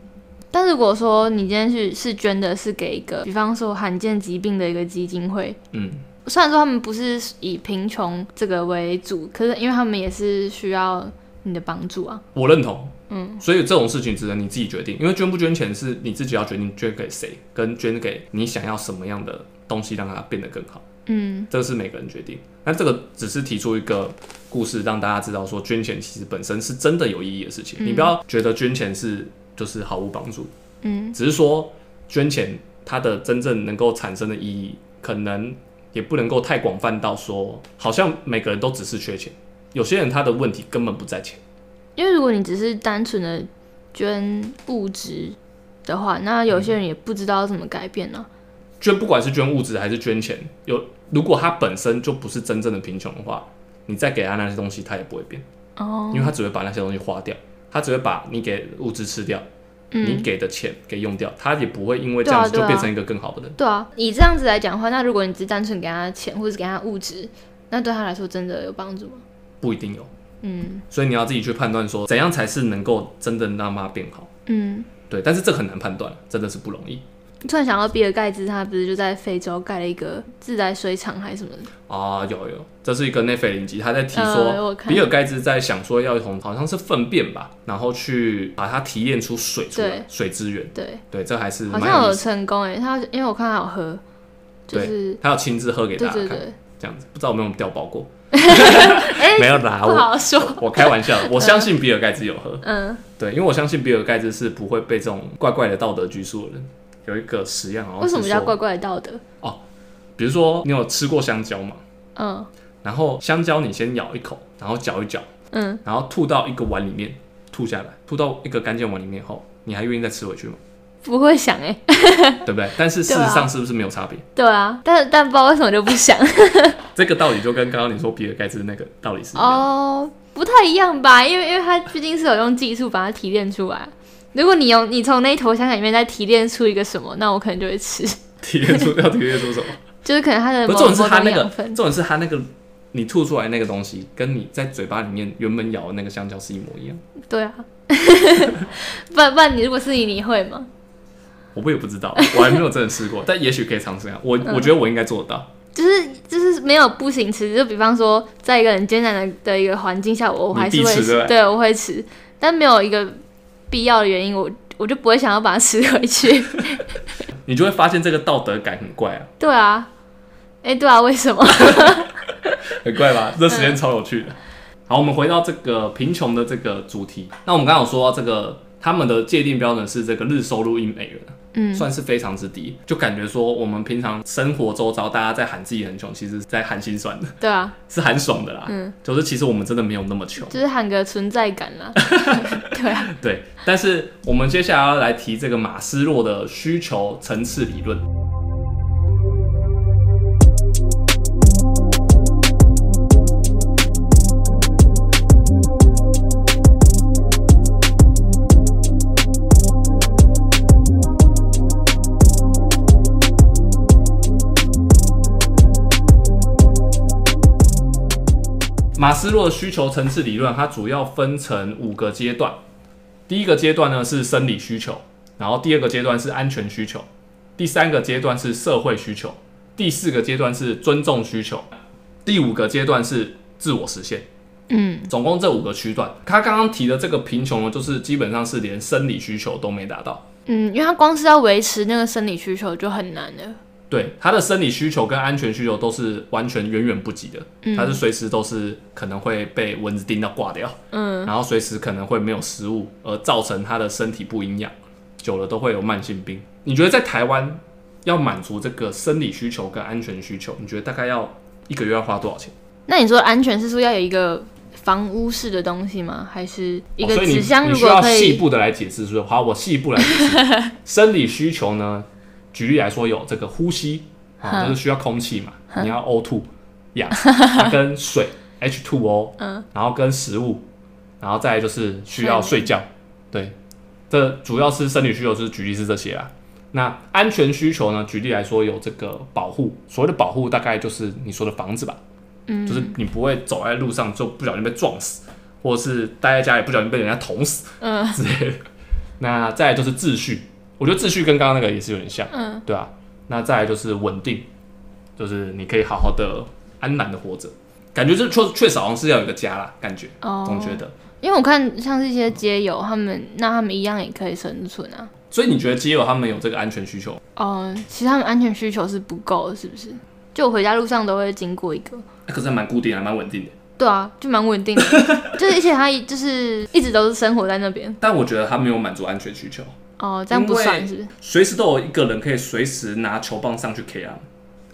但如果说你今天去是捐的是给一个，比方说罕见疾病的一个基金会，嗯，虽然说他们不是以贫穷这个为主，可是因为他们也是需要你的帮助啊。我认同。嗯，所以这种事情只能你自己决定，因为捐不捐钱是你自己要决定捐给谁，跟捐给你想要什么样的东西让它变得更好，嗯这是每个人决定。那这个只是提出一个故事，让大家知道说捐钱其实本身是真的有意义的事情，嗯你不要觉得捐钱是就是毫无帮助，嗯只是说捐钱它的真正能够产生的意义，可能也不能够太广泛到说好像每个人都只是缺钱，有些人他的问题根本不在钱。因为如果你只是单纯的捐物质的话，那有些人也不知道怎么改变啊呢、捐不管是捐物质还是捐钱，有如果他本身就不是真正的贫穷的话，你再给他那些东西，他也不会变，因哦，为他只会把那些东西花掉，他只会把你给物质吃掉，你嗯，给的钱给用掉，他也不会因为这对啊样子就对啊变成一个更好的人。对啊，以这样子来讲的话，那如果你只单纯给他钱或者给他物质，那对他来说真的有帮助吗？不一定有，嗯所以你要自己去判断说怎样才是能够真的让他变好。嗯，对，但是这个很难判断，真的是不容易突然想到比尔盖茨，他不是就在非洲盖了一个自来水厂还是什么的？啊！有有，这是一个内斐林吉，他在提说，呃、我看比尔盖茨在想说要从好像是粪便吧，然后去把它提炼出水出来对，水资源。对，对，这还是好蛮像有有意思成功哎，他因为我看他有喝，就对是他要亲自喝给对大家看，对对，这样子不知道有没有掉包 过？ 哎、没有啦，不我好说，我开玩笑，我相信比尔盖茨有喝，嗯对，因为我相信比尔盖茨是不会被这种怪怪的道德拘束的人。有一个实验好像为什是么叫说怪怪的道德？比如说你有吃过香蕉嘛，嗯然后香蕉你先咬一口，然后嚼一嚼，嗯，然后吐到一个碗里面，吐下来，吐到一个干净碗里面后，你还愿意再吃回去吗？ 不会想哎、对不对？但是事对实啊上是不是没有差别？ 对啊，但但不知道为什么就不想 这个道理就跟刚刚你说比尔盖茨那个道理是一样的。哦，不太一样吧？因为因为他毕竟是有用技术把它提炼出来。如果你用你从那一头香港里面再提炼出一个什么，那我可能就会吃， 体验出要体验出什么？就是可能它的不某是，重点某是它种那个养，分重。点是它那个你吐出来那个东西，跟你在嘴巴里面原本咬的那个香蕉是一模一样。对啊，不然不然你如果是你，你会吗？我也不知 道，我还没有真的吃过，但也许可以尝试看。我嗯我觉得我应该做得到。就是就是没有不行吃，就比方说在一个很艰难的的一个环境下，我我还是你必会吃对不对对，我会吃，但没有一个必要的原因，我我就不会想要把它吃回去。 你就会发现这个道德感很怪啊，对啊，哎、对啊，为什么？ 很怪吧？这时间超有趣的。好，我们回到这个贫穷的这个主题。那我们刚刚有说到这个，他们的界定标准是这个日收入一美元，嗯算是非常之低，就感觉说我们平常生活周遭大家在喊自己很穷，其实是在喊心酸的，对啊，是喊爽的啦。嗯，就是其实我们真的没有那么穷。就是喊个存在感啦。对啊， 对，但是我们接下来要来提这个马斯洛的需求层次理论。马斯洛的需求层次理论，它主要分成五个阶段。第一个阶段呢是生理需求，然后第二个阶段是安全需求，第三个阶段是社会需求，第四个阶段是尊重需求，第五个阶段是自我实现。嗯，总共这五个区段，他刚刚提的这个贫穷呢，就是基本上是连生理需求都没达到。嗯，因为他光是要维持那个生理需求就很难了。对他的生理需求跟安全需求都是完全远远不及的，嗯他是随时都是可能会被蚊子叮到挂掉，嗯然后随时可能会没有食物，而造成他的身体不营养，久了都会有慢性病。你觉得在台湾要满足这个生理需求跟安全需求，你觉得大概要一个月要花多少钱？那你说安全是说要有一个房屋式的东西吗？还是一哦个所以你纸箱？你如需要果可细以，部的来解释，是不是？ 好，我细部来解释。生理需求呢，举例来说有这个呼吸、啊，就是需要空气嘛，你要 O two 氧，它跟水 H two O，嗯，然后跟食物，然后再来就是需要睡觉，对，这主要是生理需求，就是举例是这些啦。那安全需求呢？举例来说，有这个保护，所谓的保护大概就是你说的房子吧，嗯，就是你不会走在路上就不小心被撞死，或者是待在家里不小心被人家捅死嗯 之类的。那再来就是秩序，我觉得秩序跟刚刚那个也是有点像，嗯对啊。那再来就是稳定，就是你可以好好的安然的活着，感觉这确确实好像是要有一个家啦，感觉哦，总觉得。因为我看像这些街友，他们那他们一样也可以生存啊。所以你觉得基友他们有这个安全需求？哦，其实他们安全需求是不够的，是不是？就我回家路上都会经过一个，欸可是还蛮固定，还蛮稳定的。对啊，就蛮稳定的， 就是而且他就是一直都是生活在那边。但我觉得他没有满足安全需求，哦，这样不因算为是不是？随时都有一个人可以随时拿球棒上去 K 啊，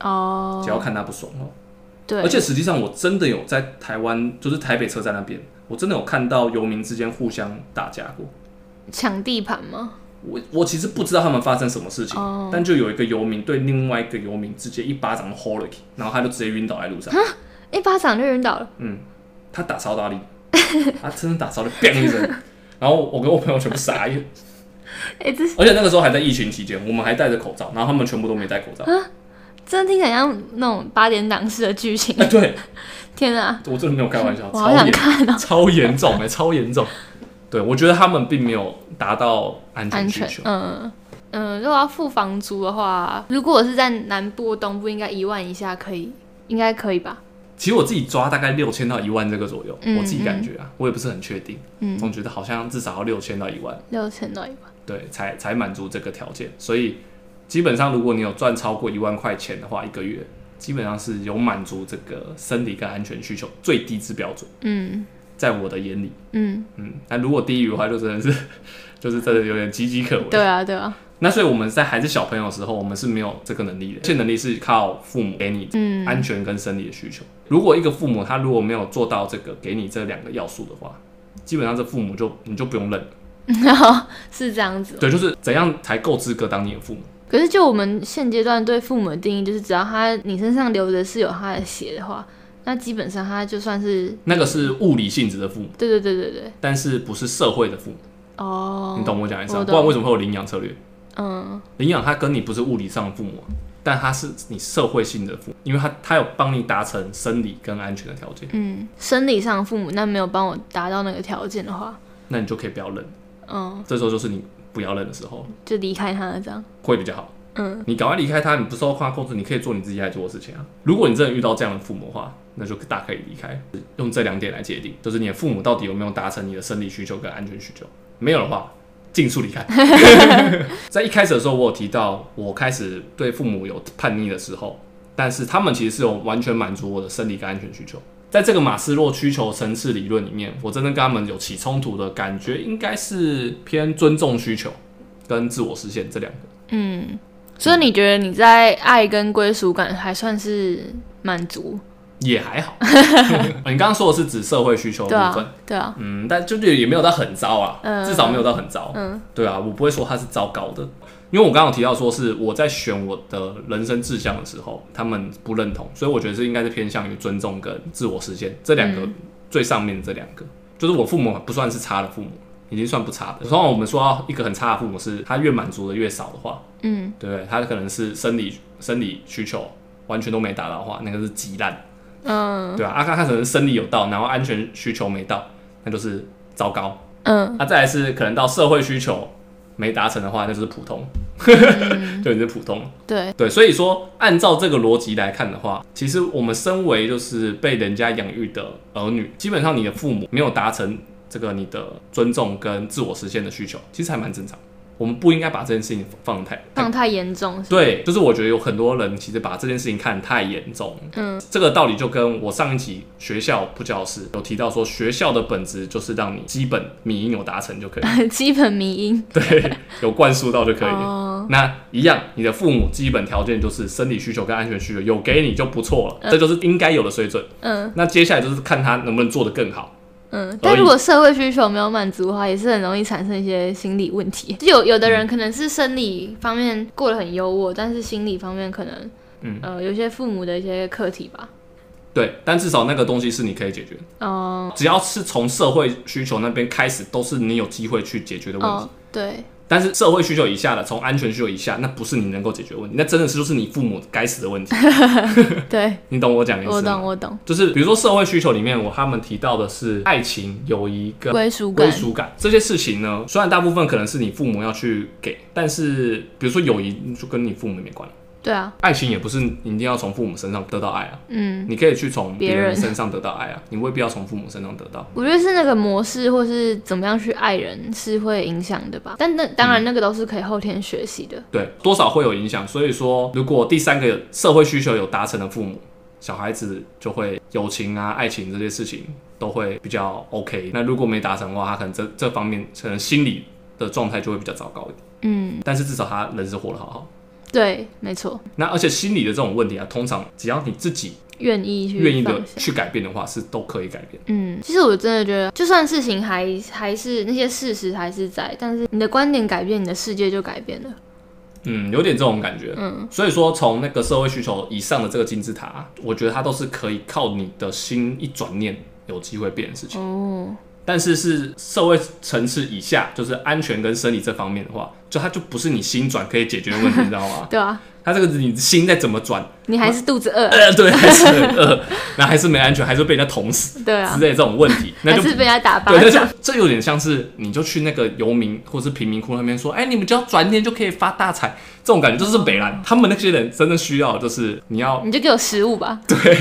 哦，只要看他不爽哦。对，而且实际上我真的有在台湾，就是台北车站那边，我真的有看到游民之间互相打架过。抢地盘吗？我我其实不知道他们发生什么事情，哦但就有一个游民对另外一个游民直接一巴掌 h o l i 然后他就直接晕倒在路上。一哎巴掌就晕倒了，嗯，他打超大力， 他真的打超力，砰一声。然后我跟我朋友全部傻眼，哎、这而且那个时候还在疫情期间，我们还戴着口罩，然后他们全部都没戴口罩。啊真的听起来像那种八点档式的剧情哎、。对天啊，我真的没有开玩笑，我超好想严看哦、超严重哎、超严重。对，我觉得他们并没有达到安安全需全求，。嗯嗯，如果要付房租的话，如果我是在南部、东部，应该一万以下可以，应该可以吧？其实我自己抓大概六千到一万这个左右，嗯我自己感觉啊，我也不是很确定，嗯，总觉得好像至少要六千到一万，六千到一万。对，才才满足这个条件。所以基本上，如果你有赚超过一万块钱的话，一个月基本上是有满足这个生理跟安全需求最低之标准，嗯在我的眼里，嗯，嗯，那如果低于的话，就真的是 就是真的有点岌岌可危。对啊对啊，那所以我们在还是小朋友的时候，我们是没有这个能力的，这能力是靠父母给你嗯安全跟生理的需求。如果一个父母他如果没有做到这个给你这两个要素的话，基本上这父母就你就不用认了，然后 是这样子吗。对，就是怎样才够资格当你的父母？可是就我们现阶段对父母的定义，就是只要他你身上流的是有他的血的话，那基本上他就算是那个是物理性质的父母，对对对对对。但是不是社会的父母，哦，你懂我讲意思吗？我不懂然为什么会有领养策略？嗯领养他跟你不是物理上的父母啊，但他是你社会性的父母，因为他他有帮你达成生理跟安全的条件，嗯，生理上的父母那没有帮我达到那个条件的话，那你就可以不要认，嗯，这时候就是你不要认的时候，就离开他了这样。会比较好。嗯，你赶快离开他，你不受他控制，你可以做你自己爱做的事情啊。如果你真的遇到这样的父母的话，那就大可以离开。用这两点来界定，就是你的父母到底有没有达成你的生理需求跟安全需求。没有的话，尽速离开。在一开始的时候，我有提到我开始对父母有叛逆的时候，但是他们其实是有完全满足我的生理跟安全需求。在这个马斯洛需求层次理论里面，我真正跟他们有起冲突的感觉，应该是偏尊重需求跟自我实现这两个。所以你觉得你在爱跟归属感还算是满足？也还 好。哦你刚刚说的是指社会需求对的部分，啊，对啊，哦嗯，但就是也没有到很糟啊，嗯至少没有到很糟。嗯对啊，我不会说它是糟糕的，因为我刚刚有提到说是我在选我的人生志向的时候，他们不认同，所以我觉得是应该是偏向于尊重跟自我实现这两个、嗯最上面的这两个，就是我父母不算是差的父母。已经算不差的。通常我们说到一个很差的父母是，他越满足的越少的话，嗯，对不对？他可能是生理生理需求完全都没达到的话，那个是极烂。嗯对啊，阿卡他可能生理有到，然后安全需求没到，那就是糟糕。嗯，那、再来是可能到社会需求没达成的话，那就是普通，嗯对，你是普通。对，对，所以说按照这个逻辑来看的话，其实我们身为就是被人家养育的儿女，基本上你的父母没有达成这个你的尊重跟自我实现的需求，其实还蛮正常。我们不应该把这件事情放得太太放太严重是吧，对，就是我觉得有很多人其实把这件事情看得太严重。嗯，这个道理就跟我上一集学校不教室有提到说，学校的本质就是让你基本米音有达成就可以， 基本迷因对，有灌输到就可以。哦，那一样，你的父母基本条件就是生理需求跟安全需求有给你就不错了，这就是应该有的水准。嗯那接下来就是看他能不能做得更好。嗯，但如果社会需求没有满足的话，也是很容易产生一些心理嗯问题。就有有的人可能是生理方面过得很优渥，但是心理方面可能嗯，呃，有些父母的一些课题吧。对，但至少那个东西是你可以解决的，嗯，只要是从社会需求那边开始，都是你有机会去解决的问题。哦，对，但是社会需求以下的，从安全需求以下，那不是你能够解决的问题，那真的是就是你父母该死的问 题。 对，你懂我讲的意思吗？我懂，我懂，就是比如说社会需求里面，我他们提到的是爱情、友谊跟归属啊归感，属感这些事情呢，虽然大部分可能是你父母要去给，但是比如说友谊就跟你父母没关了，对啊，爱情也不是你一定要从父母身上得到爱啊，嗯，你可以去从别别人人身上得到爱啊，你未必要从父母身上得到。我觉得是那个模式，或是怎么样去爱人，是会影响的吧。但那当嗯然，那个都是可以后天学习的。对，多少会有影响。所以说，如果第三个社会需求有达成的父母，小孩子就会友情啊、爱情这些事情都会比较 OK。那如果没达成的话，他可能这这方面可能心理的状态就会比较糟糕一点。嗯，但是至少他人是活得好好。对，没错，那而且心理的这种问题啊，通常只要你自己愿意去愿意的放下去改变的话，是都可以改变。嗯，其实我真的觉得，就算事情还还是那些事实还是在，但是你的观点改变，你的世界就改变了。嗯，有点这种感觉。嗯，所以说，从那个社会需求以上的这个金字塔，我觉得它都是可以靠你的心一转念，有机会变的事情。哦，但是是社会层次以下，就是安全跟生理这方面的话，就它就不是你心转可以解决的问 题，你知道吗？对啊，它这个你心再怎么转，你还是肚子 饿，呃，对，还是很饿，然后还是没安全，还是被人家捅死对啊之，类的这种问题，那还就是被人家打巴对，那掌。就这有点像是你就去那个游民或是贫民窟那边说，哎、你们只要转念就可以发大财，这种感觉就是北哦兰，他们那些人真的需要的就是你要 你就给我食物吧。对，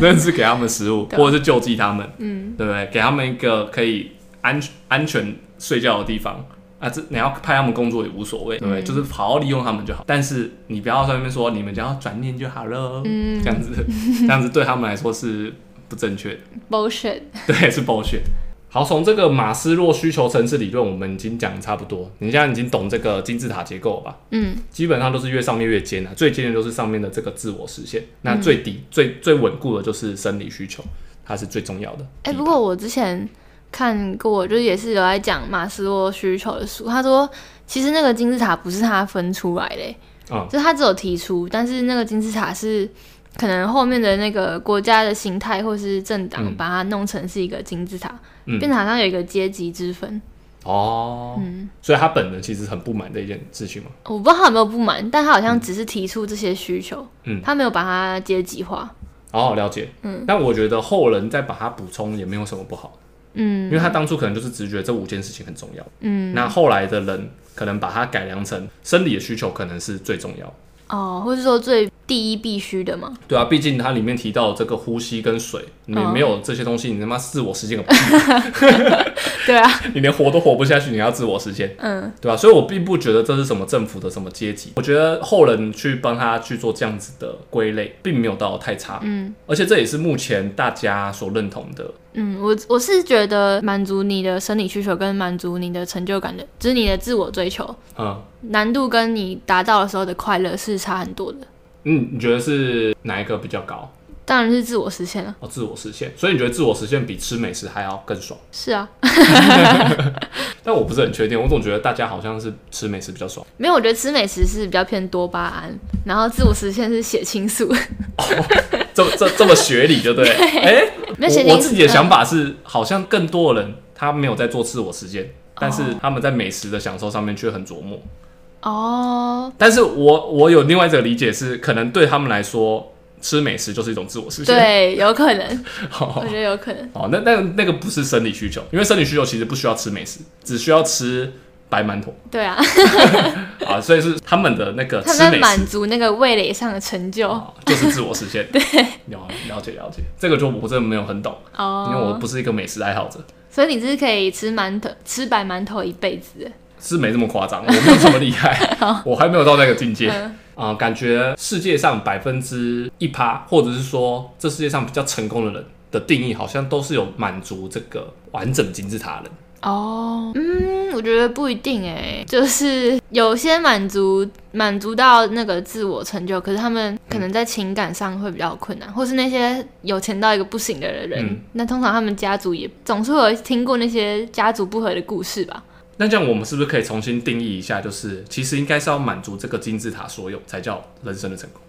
真的是给他们食物，对啊或者是救济他们，嗯，对不对？给他们一个可以安安全睡觉的地方啊，这你要派他们工作也无所谓，对不对？嗯就是好好利用他们就好。但是你不要在那边说你们只要转念就好了，嗯这样子，这样子对他们来说是不正确的， bullshit。 对，是剥削。好，从这个马斯洛需求层次理论，我们已经讲得差不多。你现在已经懂这个金字塔结构了吧？嗯，基本上都是越上面越尖啊，最尖的就是上面的这个自我实现，嗯那最底、最最稳固的就是生理需求，它是最重要的。哎、不过我之前看过，就是也是有在讲马斯洛需求的书，他说其实那个金字塔不是他分出来的、欸嗯就是他只有提出，但是那个金字塔是。可能后面的那个国家的形态或是政党嗯把它弄成是一个金字塔，嗯变成好像有一个阶级之分。哦，嗯所以他本人其实很不满这一件事情嘛。我不知道他有没有不满，但他好像只是提出这些需求，嗯他没有把它阶级化。哦，了解。嗯，但我觉得后人再把它补充也没有什么不好，因嗯为他当初可能就是直觉这五件事情很重要，嗯，那后来的人可能把它改良成生理的需求可能是最重要的。哦，或是说最第一必须的嘛？对啊，毕竟它里面提到这个呼吸跟水，你嗯没有这些东西，你他妈自我实现个 屁，对啊，你连活都活不下去，你要自我实现。嗯对啊吧、所以我并不觉得这是什么政府的什么阶级，我觉得后人去帮他去做这样子的归类，并没有到太差，嗯。而且这也是目前大家所认同的。嗯，我我是觉得满足你的生理需求跟满足你的成就感的，就是你的自我追求嗯难度跟你达到的时候的快乐是差很多的。嗯，你觉得是哪一个比较高？当然是自我实现了，哦，自我实现。所以你觉得自我实现比吃美食还要更爽？是啊，但我不是很确定，我总觉得大家好像是吃美食比较 爽。没有，我觉得吃美食是比较偏多巴胺，然后自我实现是血清素， 这这这么学理，对 不对？哎、没有血清我素我自己的想法是，好像更多的人他没有在做自我实现，但是他们在美食的享受上面却很琢磨。哦，但是我我有另外一个理解是，可能对他们来说，吃美食就是一哦种自我实现。 对，有可能，我好，觉得有可能，好，那那那个不是生理需求，因为生理需求其实不需要吃美食，只需要吃白馒头 对啊，啊，所以是他们的那个他们吃在美食满足那个味蕾上的成就，啊，就是自我实 现。对，了了解了解，这个就我真的没有很懂，因为我哦，不是一个美食爱好者。所以你是可以吃馒头，吃白馒头一辈子的，是没这么夸张，我没有这么厉 害，我还没有到那个境界啊、嗯感觉世界上百分之一趴，或者是说这世界上比较成功的人的定义，好像都是有满足这个完整金字塔的人。哦，嗯，我觉得不一定哎、就是有些满足满足到那个自我成就，可是他们可能在情感上会比较困难，或是那些有钱到一个不行的人，嗯那通常他们家族也总是会有听过那些家族不和的故事吧？那这样我们是不是可以重新定义一下？就是其实应该是要满足这个金字塔所有，才叫人生的成功。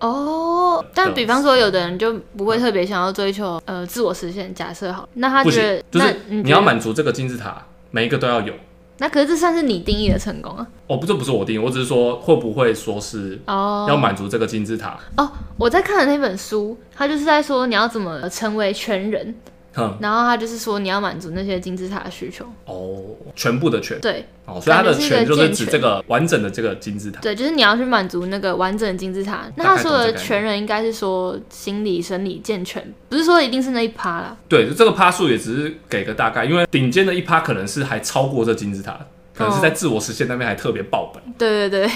哦，但比方说，有的人就不会特别想要追求呃自我实现。假设好了，那他不觉行得，就是啊那你要觉得，满足这个金字塔，每一个都要有。那可是这算是你定义的成功啊。哦，不，这不是我定义，我只是说会不会说是哦，要满足这个金字塔。哦，我在看的那本书，他就是在说你要怎么成为全人，哼，然后他就是说你要满足那些金字塔的需求。哦，全部的全对哦，所以它的感觉是一个全就是健指全这个完整的这个金字塔。对，就是你要去满足那个完整的金字塔。那大他概懂说的这概念全人应该是说心理、生理健全，不是说一定是那一趴啦。对，这个趴数也只是给个大概，因为顶尖的一趴可能是还超过这金字塔，可哦能是在自我实现那边还特别爆本。对对对，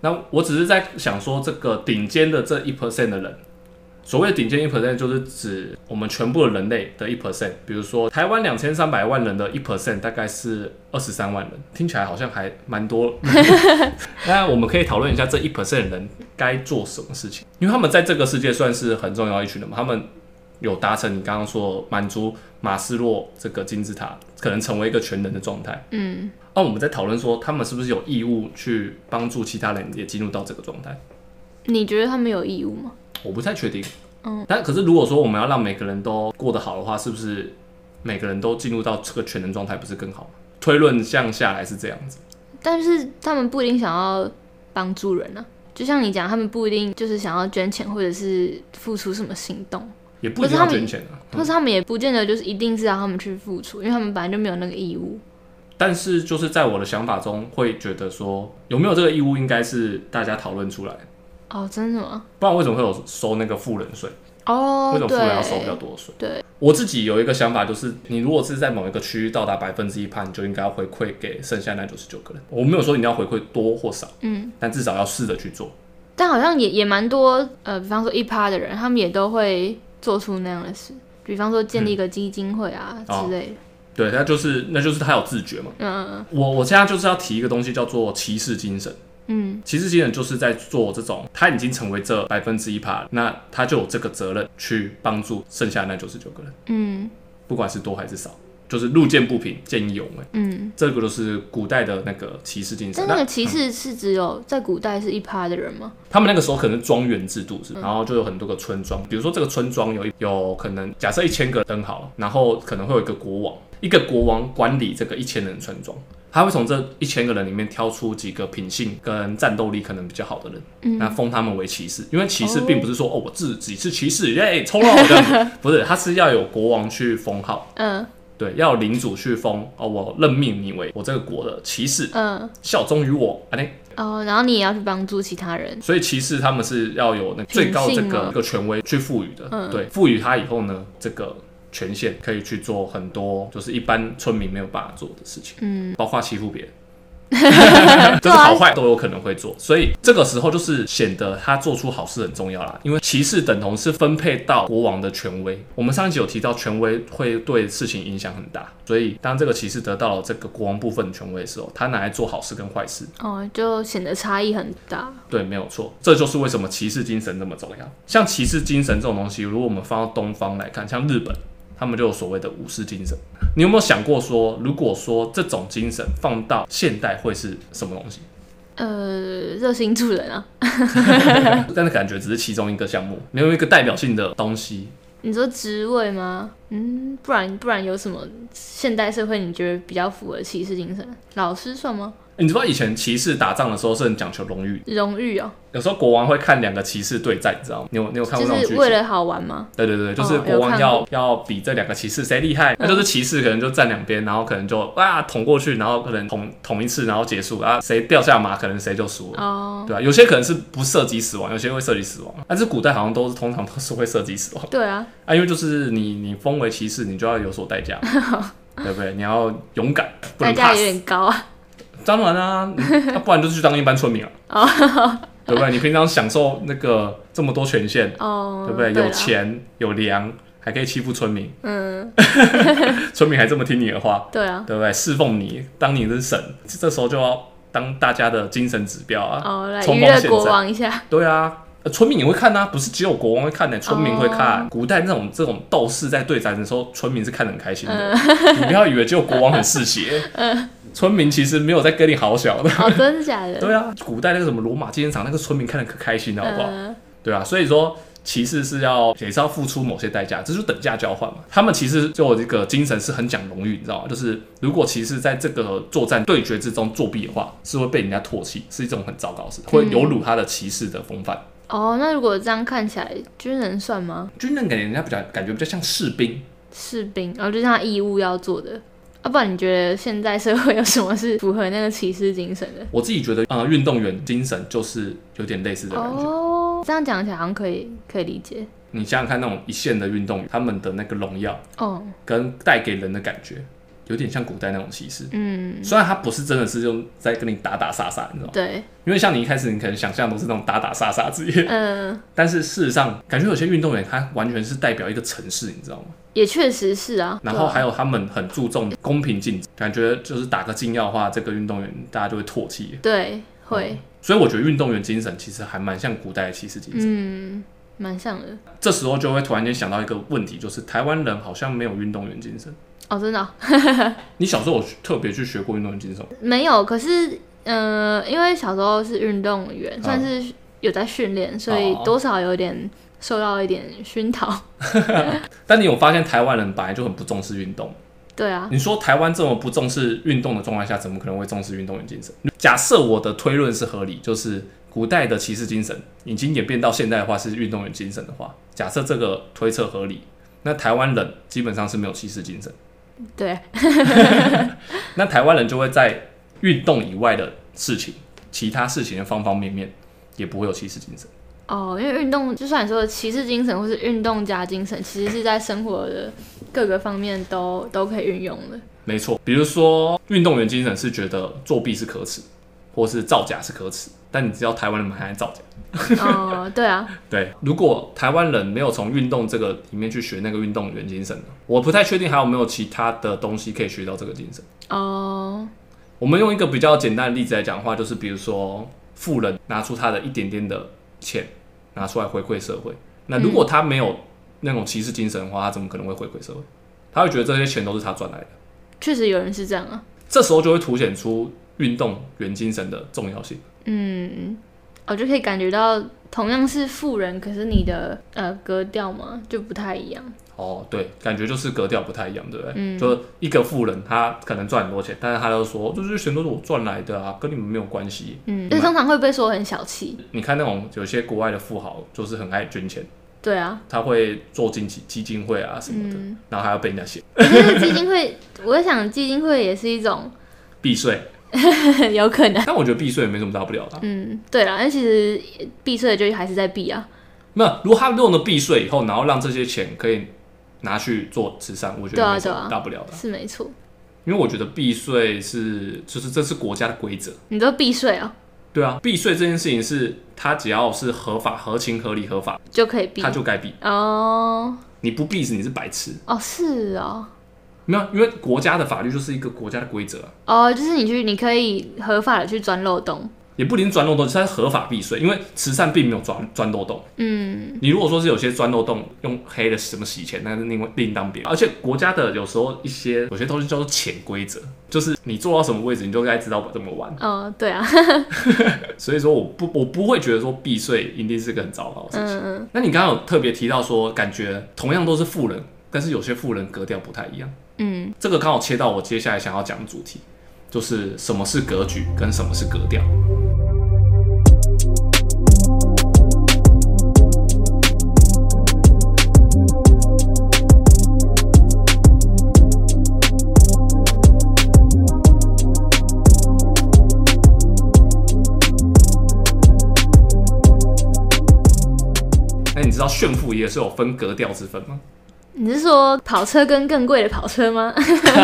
那我只是在想说，这个顶尖的这一 percent 的人，所谓的顶尖一 percent 就是指我们全部的人类的一 percent。比如说，台湾两千三百万人的一 percent 大概是二十三万人，听起来好像还蛮多。那我们可以讨论一下这一 percent 的人该做什么事情，因为他们在这个世界算是很重要一群人嘛，他们。有达成你刚刚说满足马斯洛这个金字塔，可能成为一个全人的状态。嗯，那、我们在讨论说，他们是不是有义务去帮助其他人也进入到这个状态？你觉得他们有义务吗？我不太确定。嗯，但可是如果说我们要让每个人都过得好的话，是不是每个人都进入到这个全能状态，不是更好吗？推论向下来是这样子。但是他们不一定想要帮助人啊，就像你讲，他们不一定就是想要捐钱或者是付出什么行动，也不一定要捐钱啊，或是他们也不见得就是一定是要他们去付出，因为他们本来就没有那个义务。但是就是在我的想法中，会觉得说有没有这个义务，应该是大家讨论出来，哦，真的吗？不然为什么会有收那个富人税？哦，为什么富人要收比较对，多的税？对，我自己有一个想法，就是你如果是在某一个区域到达百分之一趴，你就应该要回馈给剩下那九十九个人。我没有说你要回馈多或少，嗯，但至少要试着去做。但好像也也蛮多，呃，比方说一趴的人，他们也都会做出那样的事，比方说建立一个基金会啊、哦之类的，对，那就是那就是他有自觉嘛。嗯我我现在就是要提一个东西，叫做骑士精神。嗯骑士精神就是在做这种，他已经成为这百分之一趴，那他就有这个责任去帮助剩下那九十九个人，嗯不管是多还是少，就是路见不平，见义勇为。嗯。这个就是古代的那个骑士精神。但那个骑士是只有在古代是一趴的人吗？他们那个时候可能是庄园制度是，然后就有很多个村庄，比如说这个村庄有一有可能假设一千个人好了，然后可能会有一个国王，一个国王管理这个一千人村庄。他会从这一千个人里面挑出几个品性跟战斗力可能比较好的人，嗯那封他们为骑士。因为骑士并不是说哦我自己是骑士，耶，抽到我的，不是，他是要有国王去封号，嗯对，要有领主去封哦，我任命你为我这个国的骑士，嗯，效忠于我，啊嘞，哦，然后你也要去帮助其他人。所以骑士他们是要有那最高这品性个吗这个权威去赋予的，嗯对，赋予他以后呢，这个权限可以去做很多就是一般村民没有办法做的事情，嗯，啊包括欺负 别人。就是好坏都有可能会做，所以这个时候就是显得他做出好事很重要啦。因为骑士等同是分配到国王的权威，我们上一集有提到权威会对事情影响很大，所以当这个骑士得到了这个国王部分的权威的时候，他拿来做好事跟坏事，哦，就显得差异很大。对，没有错，这就是为什么骑士精神那么重要。像骑士精神这种东西，如果我们放到东方来看，像日本，他们就有所谓的武士精神。你有没有想过说，如果说这种精神放到现代会是什么东西？呃，热心助人啊，但是感觉只是其中一个项目，没有一个代表性的东西。你说职位吗？嗯，不然不然有什么现代社会你觉得比较符合骑士精神？老师算吗？欸你知道以前骑士打仗的时候是很讲求荣誉，荣誉哦，有时候国王会看两个骑士对战，你知道吗？你有你有看就过那种剧是情？为了好玩吗？对对对，就是哦国有王看要、过嗯要比这两个骑士谁厉害，那就是骑士可能就站两边，然后可能就哇捅过去，然后可能捅捅一次，然后结束啊，谁掉下马可能谁就输了。哦，对啊，有些可能是不涉及死亡，有些会涉及死亡，但是古代好像都是通常都是会涉及死亡 对啊，啊，因为就是你你封为骑士，你就要有所代 价嘛，对不对？你要勇敢，不代能价怕有死。点高啊。当然 啊，你啊不然就是去当一般村民啊，对不对？你平常享受那个这么多权限，哦，对不对？有啦，钱有粮，还可以欺负村民，嗯， 村民还这么听你的话，对啊，对不对？侍奉你，当你的神，这时候就要当大家的精神指标啊。哦，来冲娱锋乐陷国阵王一 下。对啊，呃村民也会看啊，不是只有国王会看哦呢、村民会看。古代那种这种斗士在对战的时候，村民是看得很开心的。嗯 你不要以为只有国王很嗜 血，村民其实没有在跟你好小的。啊哦，真的假的？对啊，古代那个什么罗马竞技场，那个村民看得可开心了，好不好？嗯，对啊，所以说其实是要也是要付出某些代价，这就是等价交换嘛。他们其实就有一个精神是很讲荣誉，你知道吗？就是如果骑士在这个作战对决之中作弊的话，是会被人家唾弃，是一种很糟糕的事，嗯会有辱他的骑士的风范。哦，那如果这样看起来，军人算吗？军人给人家比较感觉比较像士兵，士兵，然后就像他义务要做的。要、不然你觉得现在社会有什么是符合那个骑士精神的？我自己觉得，呃，运动员精神就是啊有点类似的感觉。哦，这样讲起来好像可以可以理解。你想想看，那种一线的运动员，他们的那个荣耀哦，跟带给人的感觉，有点像古代那种骑士。嗯，虽然他不是真的是用在跟你打打杀杀，你知道吗？对，因为像你一开始你可能想象都是那种打打杀杀职业，嗯、 但是事实上，感觉有些运动员他完全是代表一个城市，你知道吗？也确实是啊。然对后啊还有他们很注重公平竞争，感觉就是打个禁药的话，这个运动员大家就会唾弃。对会，所以我觉得运动员精神其实还蛮像古代的骑士精神。嗯，蛮像的。这时候就会突然间想到一个问题，就是台湾人好像没有运动员精神。哦，真的哦、你小时候有特别去学过运动员精神吗？没有。可是，嗯、因为小时候是运动员，嗯算是有在训练，所以哦多少有点受到一点熏陶。 但你有发现台湾人本来就很不重视运动。对啊，你说台湾这么不重视运动的状况下，怎么可能会重视运动员精神？假设我的推论是合理，就是古代的骑士精神已经演变到现代化是运动员精神的话，假设这个推测合理，那台湾人基本上是没有骑士精神，对，那台湾人就会在运动以外的事情、其他事情的方方面面也不会有骑士精神。哦，因为运动，就像你说的骑士精神或是运动家精神，其实是在生活的各个方面都都可以运用的。没错，比如说运动员精神是觉得作弊是可耻，或是造假是可耻，但你知道台湾人蛮爱造假。哦，对啊，对，如果台湾人没有从运动这个里面去学那个运动员精神呢，我不太确定还有没有其他的东西可以学到这个精神。哦，我们用一个比较简单的例子来讲的话，就是比如说富人拿出他的一点点的钱拿出来回馈社会，那如果他没有那种骑士精神的话，他怎么可能会回馈社会？他会觉得这些钱都是他赚来的，确实有人是这样啊。这时候就会凸显出运动员精神的重要性。嗯，我就可以感觉到，同样是富人，可是你的呃格调嘛就不太一样。哦，对，感觉就是格调不太一样，对不对？嗯就一个富人，他可能赚很多钱，但是他就说，这些钱都是我赚来的啊，跟你们没有关系。嗯，但通常会被说很小气。你看那种有些国外的富豪，就是很爱捐钱，对啊，他会做经济基金会啊什么的，嗯，然后还要被人家写可是那个基金会，我在想基金会也是一种避税，有可能。但我觉得避税也没什么大不了的啊、嗯，对啦，但其实避税就还是在避啊。没有，如果他用了避税以后，然后让这些钱可以拿去做慈善，我觉对得啊没什对么啊大不了的啊、是没错。因为我觉得避税是，就是这是国家的规则。你都避税哦，对啊，避税这件事情是，它只要是合法、合情、合理、合法，就可以避他。就该避。哦你不避是你是白痴，哦，是哦。没有，因为国家的法律就是一个国家的规则啊、哦，就是你去，你可以合法的去钻漏洞。也不一定钻漏洞，它是合法避税，因为慈善并没有钻钻漏洞。嗯，你如果说是有些钻漏洞，用黑的什么洗钱，那是另外另当别论。而且国家的有时候一些有些东西叫做潜规则，就是你做到什么位置，你就该知道怎么玩。哦，对啊， 所以说，我不我不会觉得说避税一定是个很糟糕的事情。嗯嗯，那你刚刚有特别提到说，感觉同样都是富人，但是有些富人格调不太一样。嗯，这个刚好切到我接下来想要讲的主题，就是什么是格局跟什么是格调。那哎你知道炫富也是有分格调之分吗？你是说跑车跟更贵的跑车吗？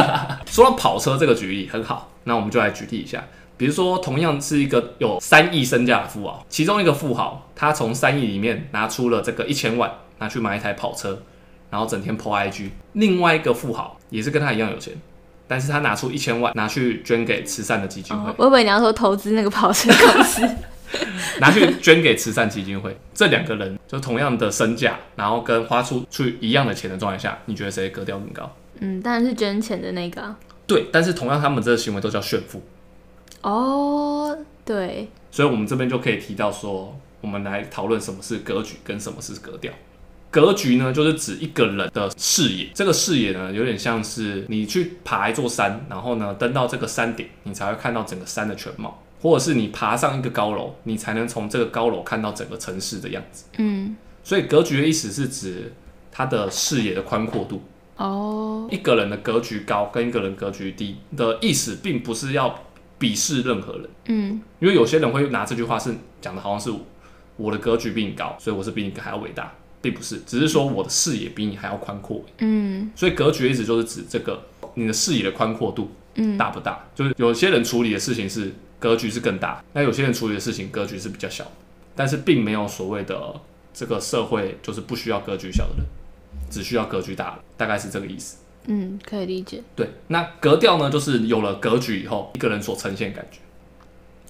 说到跑车这个举例很好，那我们就来举例一下。比如说，同样是一个有三亿身价的富豪，其中一个富豪他从三亿里面拿出了这个一千万，拿去买一台跑车，然后整天 po IG。另外一个富豪也是跟他一样有钱，但是他拿出一千万拿去捐给慈善的基金会哦，，我以为你要说投资那个跑车公司。 拿去捐给慈善基金会。 这两个人就同样的身价，然后跟花出去一样的钱的状态下，你觉得谁格调更高？嗯，当然是捐钱的那个啊、对，但是同样他们这个行为都叫炫富。哦，对，所以我们这边就可以提到说，我们来讨论什么是格局跟什么是格调。格局呢，就是指一个人的视野，这个视野呢，有点像是你去爬一座山，然后呢登到这个山顶，你才会看到整个山的全貌，或者是你爬上一个高楼，你才能从这个高楼看到整个城市的样子。嗯，所以格局的意思是指他的视野的宽阔度。哦，一个人的格局高跟一个人格局低的意思，并不是要鄙视任何人。嗯，因为有些人会拿这句话是讲的好像是我的格局比你高，所以我是比你还要伟大，并不是，只是说我的视野比你还要宽阔。嗯，所以格局一直就是指这个你的视野的宽阔度嗯，大不大，就是有些人处理的事情是格局是更大，那有些人处理的事情格局是比较小，但是并没有所谓的这个社会就是不需要格局小的人，只需要格局大的，大概是这个意思。嗯，可以理解。对，那格调呢，就是有了格局以后，一个人所呈现的感觉。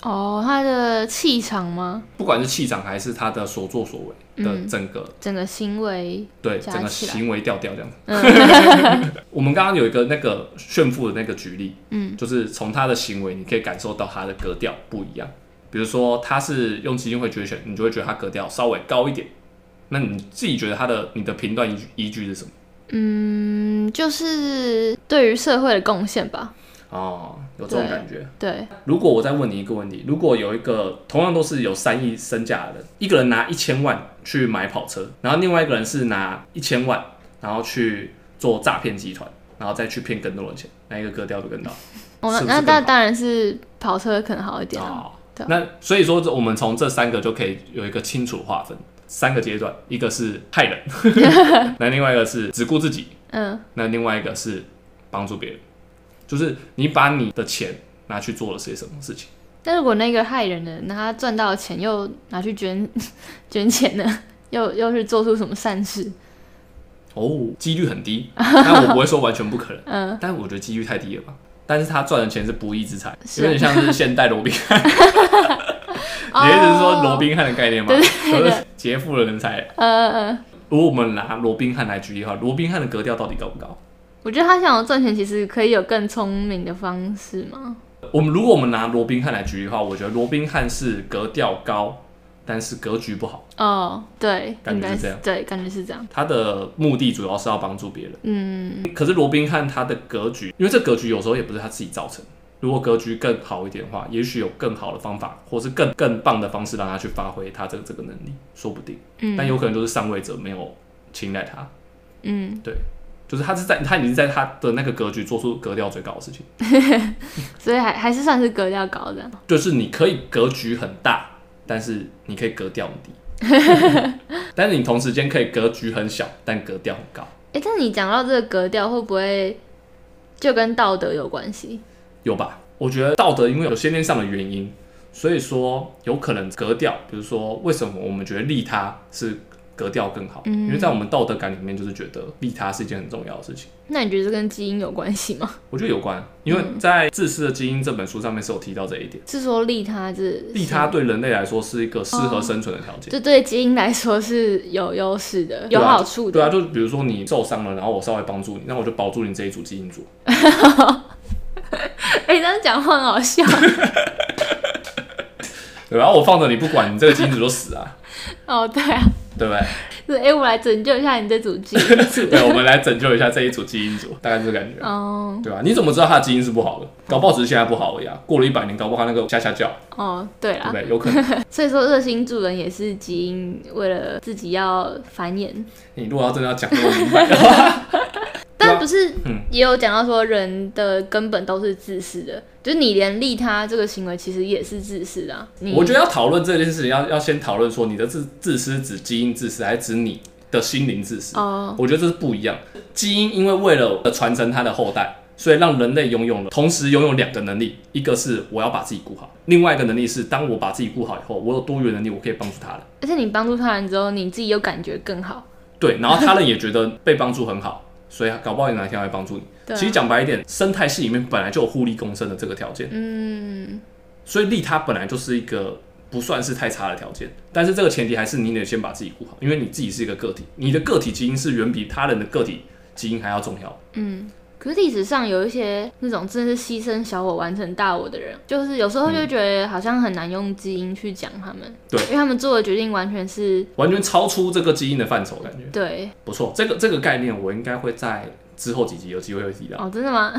哦，他的气场吗？不管是气场还是他的所作所为的嗯整个、整个行为，对加整个起来行为调调这样。 我们刚刚有一个那个炫富的那个举例，嗯，就是从他的行为，你可以感受到他的格调不一样。比如说他是用基金会决选，你就会觉得他格调稍微高一点。那你自己觉得他的你的评断依据依据是什么？嗯，就是对于社会的贡献吧。哦，有这种对感觉。对，如果我再问你一个问题，如果有一个同样都是有三亿身价的人，一个人拿一千万去买跑车，然后另外一个人是拿一千万，然后去做诈骗集团，然后再去骗更多人钱，那一个格调就更大哦，是不是那更那好当然是跑车可能好一点啊。啊对啊那所以说，我们从这三个就可以有一个清楚划分，三个阶段，一个是害人， 那另外一个是只顾自己，嗯那另外一个是帮助别人，就是你把你的钱拿去做了些什么事情。那如果那个害人的，那他赚到的钱又拿去捐 捐钱呢，又又是做出什么善事？哦，几率很 低，但我不会说完全不可能，嗯，但我觉得几率太低了吧。但是他赚的钱是不义之财，是有点像是现代罗宾 汉。 哦你的意思是说罗？宾汉的概念吗？对就对是劫富了人才。呃呃，呃如果我们拿罗宾汉来举例的话，罗宾汉的格调到底高不高？我觉得他想要赚钱，其实可以有更聪明的方式嘛。我们如果我们拿罗宾汉来举例的话，我觉得罗宾汉是格调高，但是格局不好。哦，对，感觉应该是这样对，感觉是这样。他的目的主要是要帮助别人。嗯可是罗宾汉他的格局，因为这格局有时候也不是他自己造成。如果格局更好一点的话，也许有更好的方法，或是更更棒的方式让他去发挥他这个这个能力，说不定。嗯，但有可能就是上位者没有青睐他，嗯，就是他是在他已经在他的那个格局做出格调最高的事情，所以还还是算是格调高的。就是你可以格局很大，但是你可以格调很低。 但是你同时间可以格局很小，但格调很高，哎，但你讲到这个格调，会不会就跟道德有关系？有吧？我觉得道德因为有先天上的原因，所以说有可能格调，比如说为什么我们觉得利他是格调更好？嗯因为在我们道德感里面就是觉得利他是一件很重要的事情。那你觉得这跟基因有关系吗？ 我觉得有关，因嗯为在《自私的基因》这本书上面是有提到这一点，是说利他这利他对人类来说是一个适合生存的条件。啊这对基因来说是有优势的，对哦有啊好处的。对啊，就比如说你受伤了，然后我稍微帮助你，那我就保住你这一组基因组。哎、这样讲话很好笑对吧，然后我放着你不管，你这个基因组就死啊，哦。对啊，对不对？就是哎、我来拯救一下你这组基因组。对， 我们来拯救一下这一组基因组，大概是这个感觉。哦对吧、啊你怎么知道他的基因是不好的？搞不好只是现在不好而已啊。过了一百年，搞不好他那个下下叫，哦，对对不啦，对？有可 能。所以说热心助人也是基因为了自己要繁衍，你如果要真的要讲那么明白的话，但不是嗯也有讲到说人的根本都是自私的，就是你连利他这个行为其实也是自私的啊、 你我觉得要讨论这件事情，要要先讨论说你的自自私指基因自私，还是指你的心灵自私？哦，我觉得这是不一样。基因因为为了传承它的后代，所以让人类拥有了同时拥有两个能力，一个是我要把自己顾好，另外一个能力是当我把自己顾好以后，我有多余能力，我可以帮助他人。而且你帮助他人之后，你自己又感觉更好。对，然后他人也觉得被帮助很好， 所以搞不好有哪天会帮助你。对啊、其实讲白一点，生态系里面本来就有互利共生的这个条件，嗯，所以利他本来就是一个不算是太差的条件。但是这个前提还是你得先把自己顾好，因为你自己是一个个体，你的个体基因是远比他人的个体基因还要重要。嗯，可是历史上有一些那种真的是牺牲小我完成大我的人，就是有时候就觉得好像很难用基因去讲他们，对因为他们做的决定完全是完全超出这个基因的范畴，感觉对不错。这个这个概念我应该会在之后几集有机会会提 到，哦，真 的吗？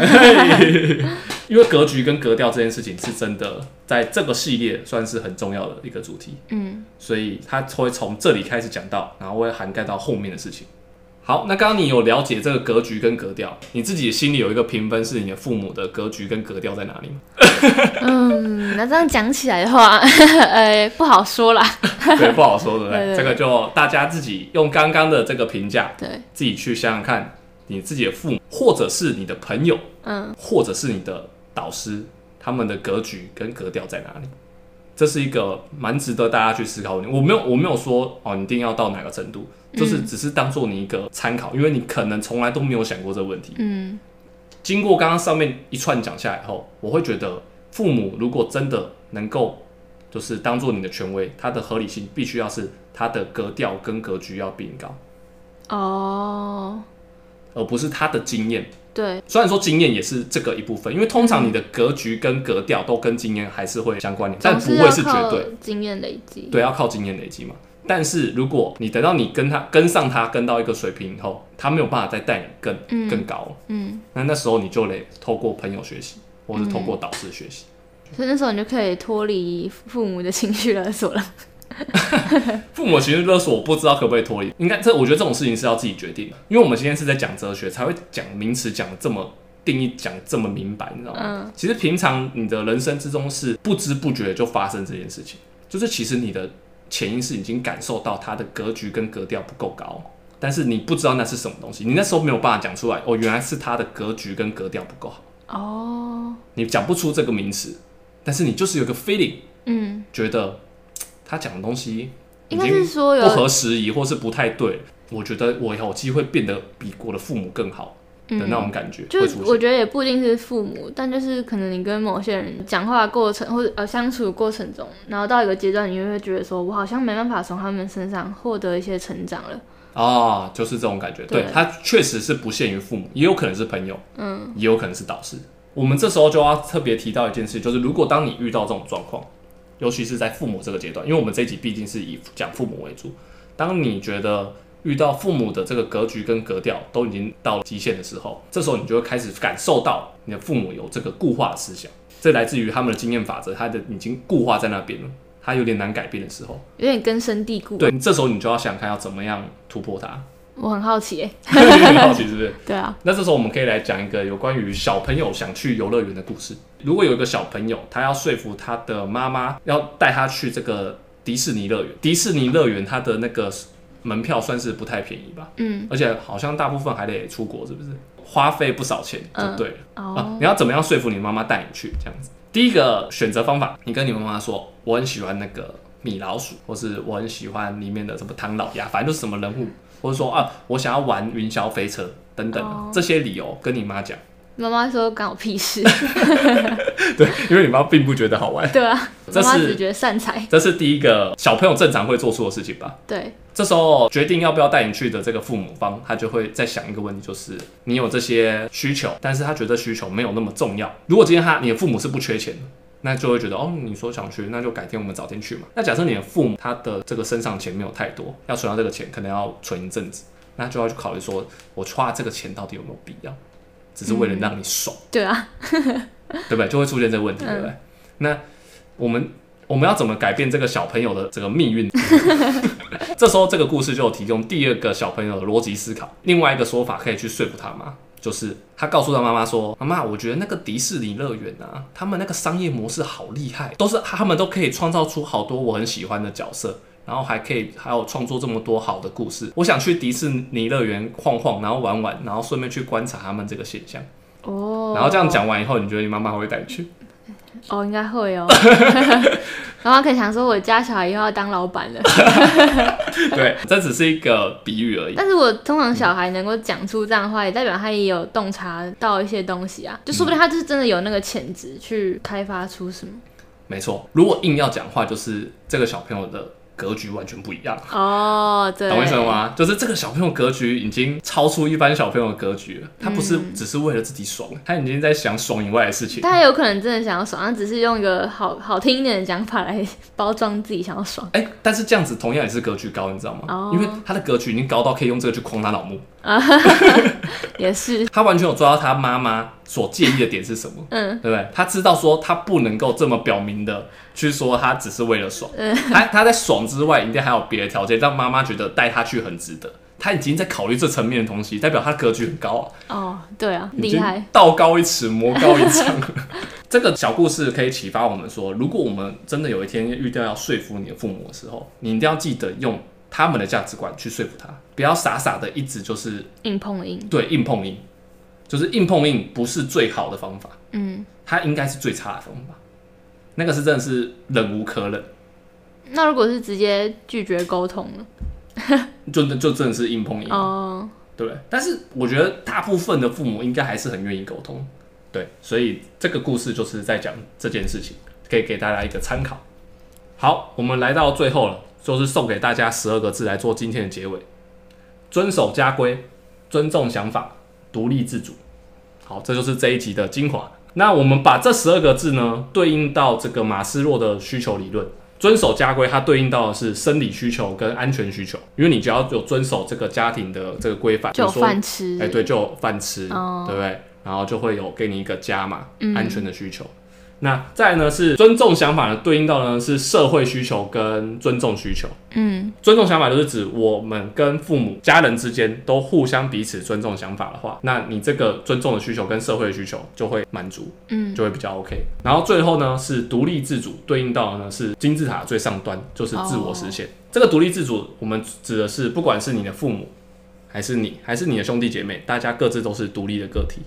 因为格局跟格调这件事情是真的在这个系列算是很重要的一个主题，嗯，所以它会从这里开始讲到，然后会涵盖到后面的事情。好，那刚刚你有了解这个格局跟格调，你自己心里有一个评分，是你的父母的格局跟格调在哪 里吗？嗯，那这样讲起来的话， 呃，不好说啦。对，不好说，对不对？对对对这个就大家自己用刚刚的这个评价，对，自己去想想看，你自己的父母，或者是你的朋友，嗯，或者是你的导师，他们的格局跟格调在哪里？这是一个蛮值得大家去思考的问题。我没有，我没有说哦，你一定要到哪个程度，就是只是当做你一个参考，因为你可能从来都没有想过这个问题。嗯，经过刚刚上面一串讲下来后，我会觉得父母如果真的能够就是当做你的权威，它的合理性必须要是它的格调跟格局要比你高，哦，而不是他的经验。对，虽然说经验也是这个一部分，因为通常你的格局跟格调都跟经验还是会相关联，但总不是要会是靠绝对，经验累积。对，要靠经验累积嘛。但是如果你等到你跟他跟上他跟到一个水平以后，他没有办法再带你更、嗯更高了，嗯，那那时候你就得透过朋友学习，或是透过导师学习。所以那时候你就可以脱离父母的情绪勒索了。父母情绪勒索，我不知道可不可以脱离。应该这，我觉得这种事情是要自己决定的，因为我们今天是在讲哲学，才会讲名词讲得这么定义，讲得这么明白，你知道吗？嗯其实平常你的人生之中是不知不觉就发生这件事情，就是其实你的潜意识已经感受到它的格局跟格调不够高，但是你不知道那是什么东西，你那时候没有办法讲出来。哦，原来是它的格局跟格调不够好，哦，你讲不出这个名词，但是你就是有个 feeling，嗯，觉得嘖他讲的东西已应该经是说不有合时宜或是不太对，我觉得我有机会变得比我的父母更好的那种感觉嗯就会是出我现。觉得也不一定是父母，但就是可能你跟某些人讲话的过程或者呃相处的过程中，然后到一个阶段，你就会觉得说，我好像没办法从他们身上获得一些成长了。啊，就是这种感觉。对对，它确实是不限于父母，也有可能是朋友，嗯，也有可能是导师。我们这时候就要特别提到一件事，就是如果当你遇到这种状况，尤其是在父母这个阶段，因为我们这一集毕竟是以讲父母为主，当你觉得遇到父母的这个格局跟格调都已经到了极限的时候，这时候你就会开始感受到你的父母有这个固化的思想，这来自于他们的经验法则，他的已经固化在那边了，他有点难改变的时候，有点根深蒂固。对，你这时候你就要想看要怎么样突破它。我很 好奇耶。很好奇是不是？对啊，那这时候我们可以来讲一个有关于小朋友想去游乐园的故事。如果有一个小朋友，他要说服他的妈妈要带他去这个迪士尼乐园，迪士尼乐园它的那个门票算是不太便宜吧，嗯，而且好像大部分还得出国，是不是？花费不少钱，就嗯对了、啊哦。，你要怎么样说服你妈妈带你去这样子？第一个选择方法，你跟你妈妈说，我很喜欢那个米老鼠，或是我很喜欢里面的什么唐老鸭，反正就是什么人嗯物，或者说啊，我想要玩云霄飞车等等的、哦这些理由跟你妈讲，妈妈说关我屁事。对，因为你妈并不觉得好玩，对啊，这妈妈是只觉得善财。这是第一个小朋友正常会做出的事情吧。对，这时候决定要不要带你去的这个父母方，他就会在想一个问题，就是你有这些需求，但是他觉得需求没有那么重要。如果今天他你的父母是不缺钱的，那就会觉得哦，你说想去，那就改天我们早点去嘛。那假设你的父母他的这个身上钱没有太多，要存到这个钱可能要存一阵子，那就要去考虑说，我花这个钱到底有没有必要，只是为了让你爽。对啊，对不对？就会出现这个问题，嗯对不对？那我们我们要怎么改变这个小朋友的这个命 运？这时候这个故事就有提供第二个小朋友的逻辑思考，另外一个说法可以去说服他妈，就是他告诉他妈妈说：“妈妈，我觉得那个迪士尼乐园啊，他们那个商业模式好厉害，都是他们都可以创造出好多我很喜欢的角色。”然后还可以，还有创作这么多好的故事。我想去迪士尼乐园晃晃，然后玩玩，然后顺便去观察他们这个现象。哦。然后这样讲完以后，你觉得你妈妈会带你去？哦，应该会 哦。 然后可能想说，我家小孩以后要当老板了。 对，这只是一个比喻而已。但是我通常小孩能够讲出这样的话，也代表他也有洞察到一些东西嗯啊，就说不定他就是真的有那个潜质去开发出什么。 没错，如果硬要讲话，就是这个小朋友的格局完全不一样。哦，对，懂我意思吗？就是这个小朋友格局已经超出一般小朋友的格局了，他不是嗯只是为了自己爽，他已经在想爽以外的事情。他有可能真的想要爽，他只是用一个好好听一点的讲法来包装自己想要爽。哎、但是这样子同样也是格局高，你知道吗哦因为他的格局已经高到可以用这个去框他老母，也是，他完全有抓到他妈妈所介意的点是什么，嗯，对不对？他知道说他不能够这么表明的去说他只是为了爽，嗯 他他在爽之外一定还有别的条件，让妈妈觉得带他去很值得。他已经在考虑这层面的东西，代表他格局很高啊。哦，对啊，已厉经害，道高一尺，魔高一丈。 这个小故事可以启发我们说，如果我们真的有一天遇到要说服你的父母的时候，你一定要记得用他们的价值观去说服他，不要傻傻的一直就是硬碰硬，对硬碰硬，就是硬碰硬不是最好的方法，嗯。它应该是最差的方法。那个是真的是忍无可忍，那如果是直接拒绝沟通呢？就就真的是硬碰硬，哦，对不对？但是我觉得大部分的父母应该还是很愿意沟通，对，所以这个故事就是在讲这件事情，可以给大家一个参考。好，我们来到最后了，就是送给大家十二个字来做今天的结尾：遵守家规，尊重想法，独立自主。好，这就是这一集的精华。那我们把这十二个字呢，对应到这个马斯洛的需求理论。遵守家规，它对应到的是生理需求跟安全需求，因为你只要有遵守这个家庭的这个规范，就有比如说饭吃。哎、对，就有饭吃，哦对不对？然后就会有给你一个家嘛，安全的需求。那再来呢是尊重想法呢，对应到呢是社会需求跟尊重需求。嗯尊重想法就是指我们跟父母、家人之间都互相彼此尊重想法的话，那你这个尊重的需求跟社会的需求就会满足，嗯，就会比较 OK。然后最后呢是独立自主，对应到的呢是金字塔最上端，就是自我实现。这个独立自主，我们指的是不管是你的父母，还是你，还是你的兄弟姐妹，大家各自都是独立的个体，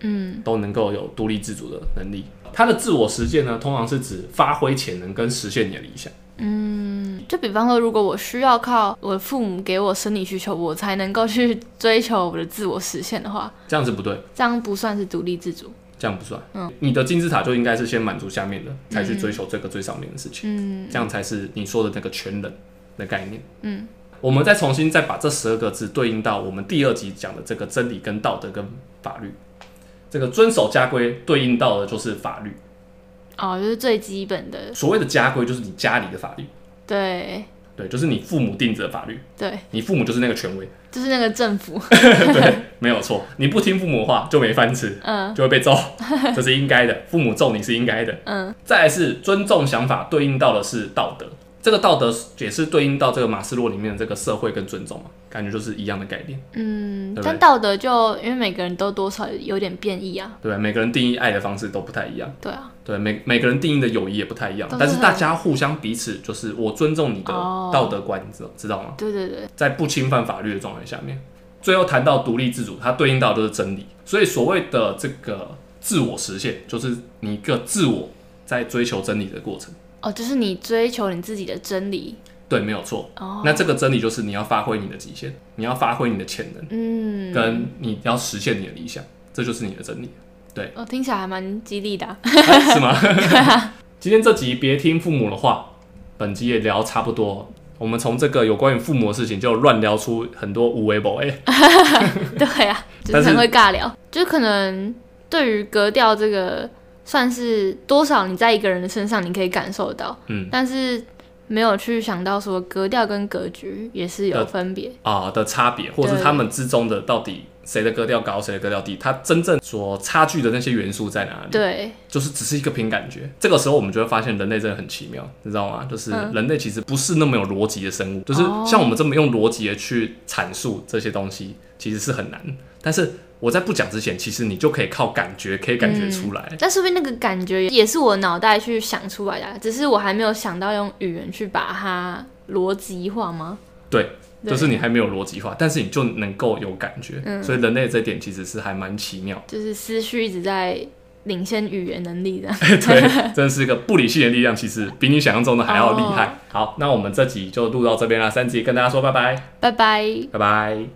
嗯都能够有独立自主的能力。他的自我实现呢，通常是指发挥潜能跟实现你的理想。嗯，就比方说，如果我需要靠我父母给我生理需求，我才能够去 追求我的自我实现的话，这样子不对。这样不算是独立自主。这样不算。嗯你的金字塔就应该是先满足下面的，才去追求这个最上面的事情，嗯这样才是你说的那个全人的概念。嗯，我们再重新再把这十二个字对应到我们第二集讲的这个真理、跟道德、跟法律。这个遵守家规对应到的就是法律，哦，就是最基本的，所谓的家规就是你家里的法律，对对，就是你父母定制的法律，对，你父母就是那个权威，就是那个政府， 对，没有错，你不听父母的话就没饭吃，嗯就会被揍， 这是应该的，父母揍你是应该的，嗯再来是尊重想法，对应到的是道德，这个道德也是对应到这个马斯洛里面的这个社会跟尊重嘛，感觉就是一样的概念，嗯对，不对但道德就因为每个人都多少有点变异啊，对吧？每个人定义爱的方式都不太一样，对啊，对每每个人定义的友谊也不太一样都，是但是很大家互相彼此就是我尊重你的哦道德观，你知道知道吗？对对对，在不侵犯法律的状态下面，最后谈到独立自主，它对应到的就是真理，所以所谓的这个自我实现，就是你一个自我在追求真理的过程，哦，就是你追求你自己的真理，对，没有错。哦，那这个真理就是你要发挥你的极限，你要发挥你的潜能，嗯，跟你要实现你的理想，这就是你的真理， 哦，听起来还蛮激励的啊、是吗？ 今天这集别听父母的话，本集也聊差不多。我们从这个有关于父母的事情，就乱聊出很多无为不哎，对啊，就但是是很会尬聊，就是可能对于格调这个，算是多少你在一个人的身上你可以感受到，嗯但是没有去想到说格调跟格局也是有呃分别，啊的差别，或者是他们之中的到底谁的格调高，谁的格调低，它真正所差距的那些元素在哪里？对，就是只是一个凭感觉。这个时候我们就会发现人类真的很奇妙，你知道吗？就是嗯人类其实不是那么有逻辑的生物，就是哦像我们这么用逻辑的去阐述这些东西，其实是很难。但是我在不讲之前，其实你就可以靠感觉，可以感觉出来。但是不是那个感觉也是我脑袋去想出来的啊，只是我还没有想到用语言去把它逻辑化吗？对，对就是你还没有逻辑化，但是你就能够有感觉。嗯所以人类这点其实是还蛮奇妙。就是思绪一直在领先语言能力的， 对，真是一个不理性的力量，其实比你想象中的还要厉害。好，那我们这集就录到这边啦，三集跟大家说拜拜， 拜拜。拜拜。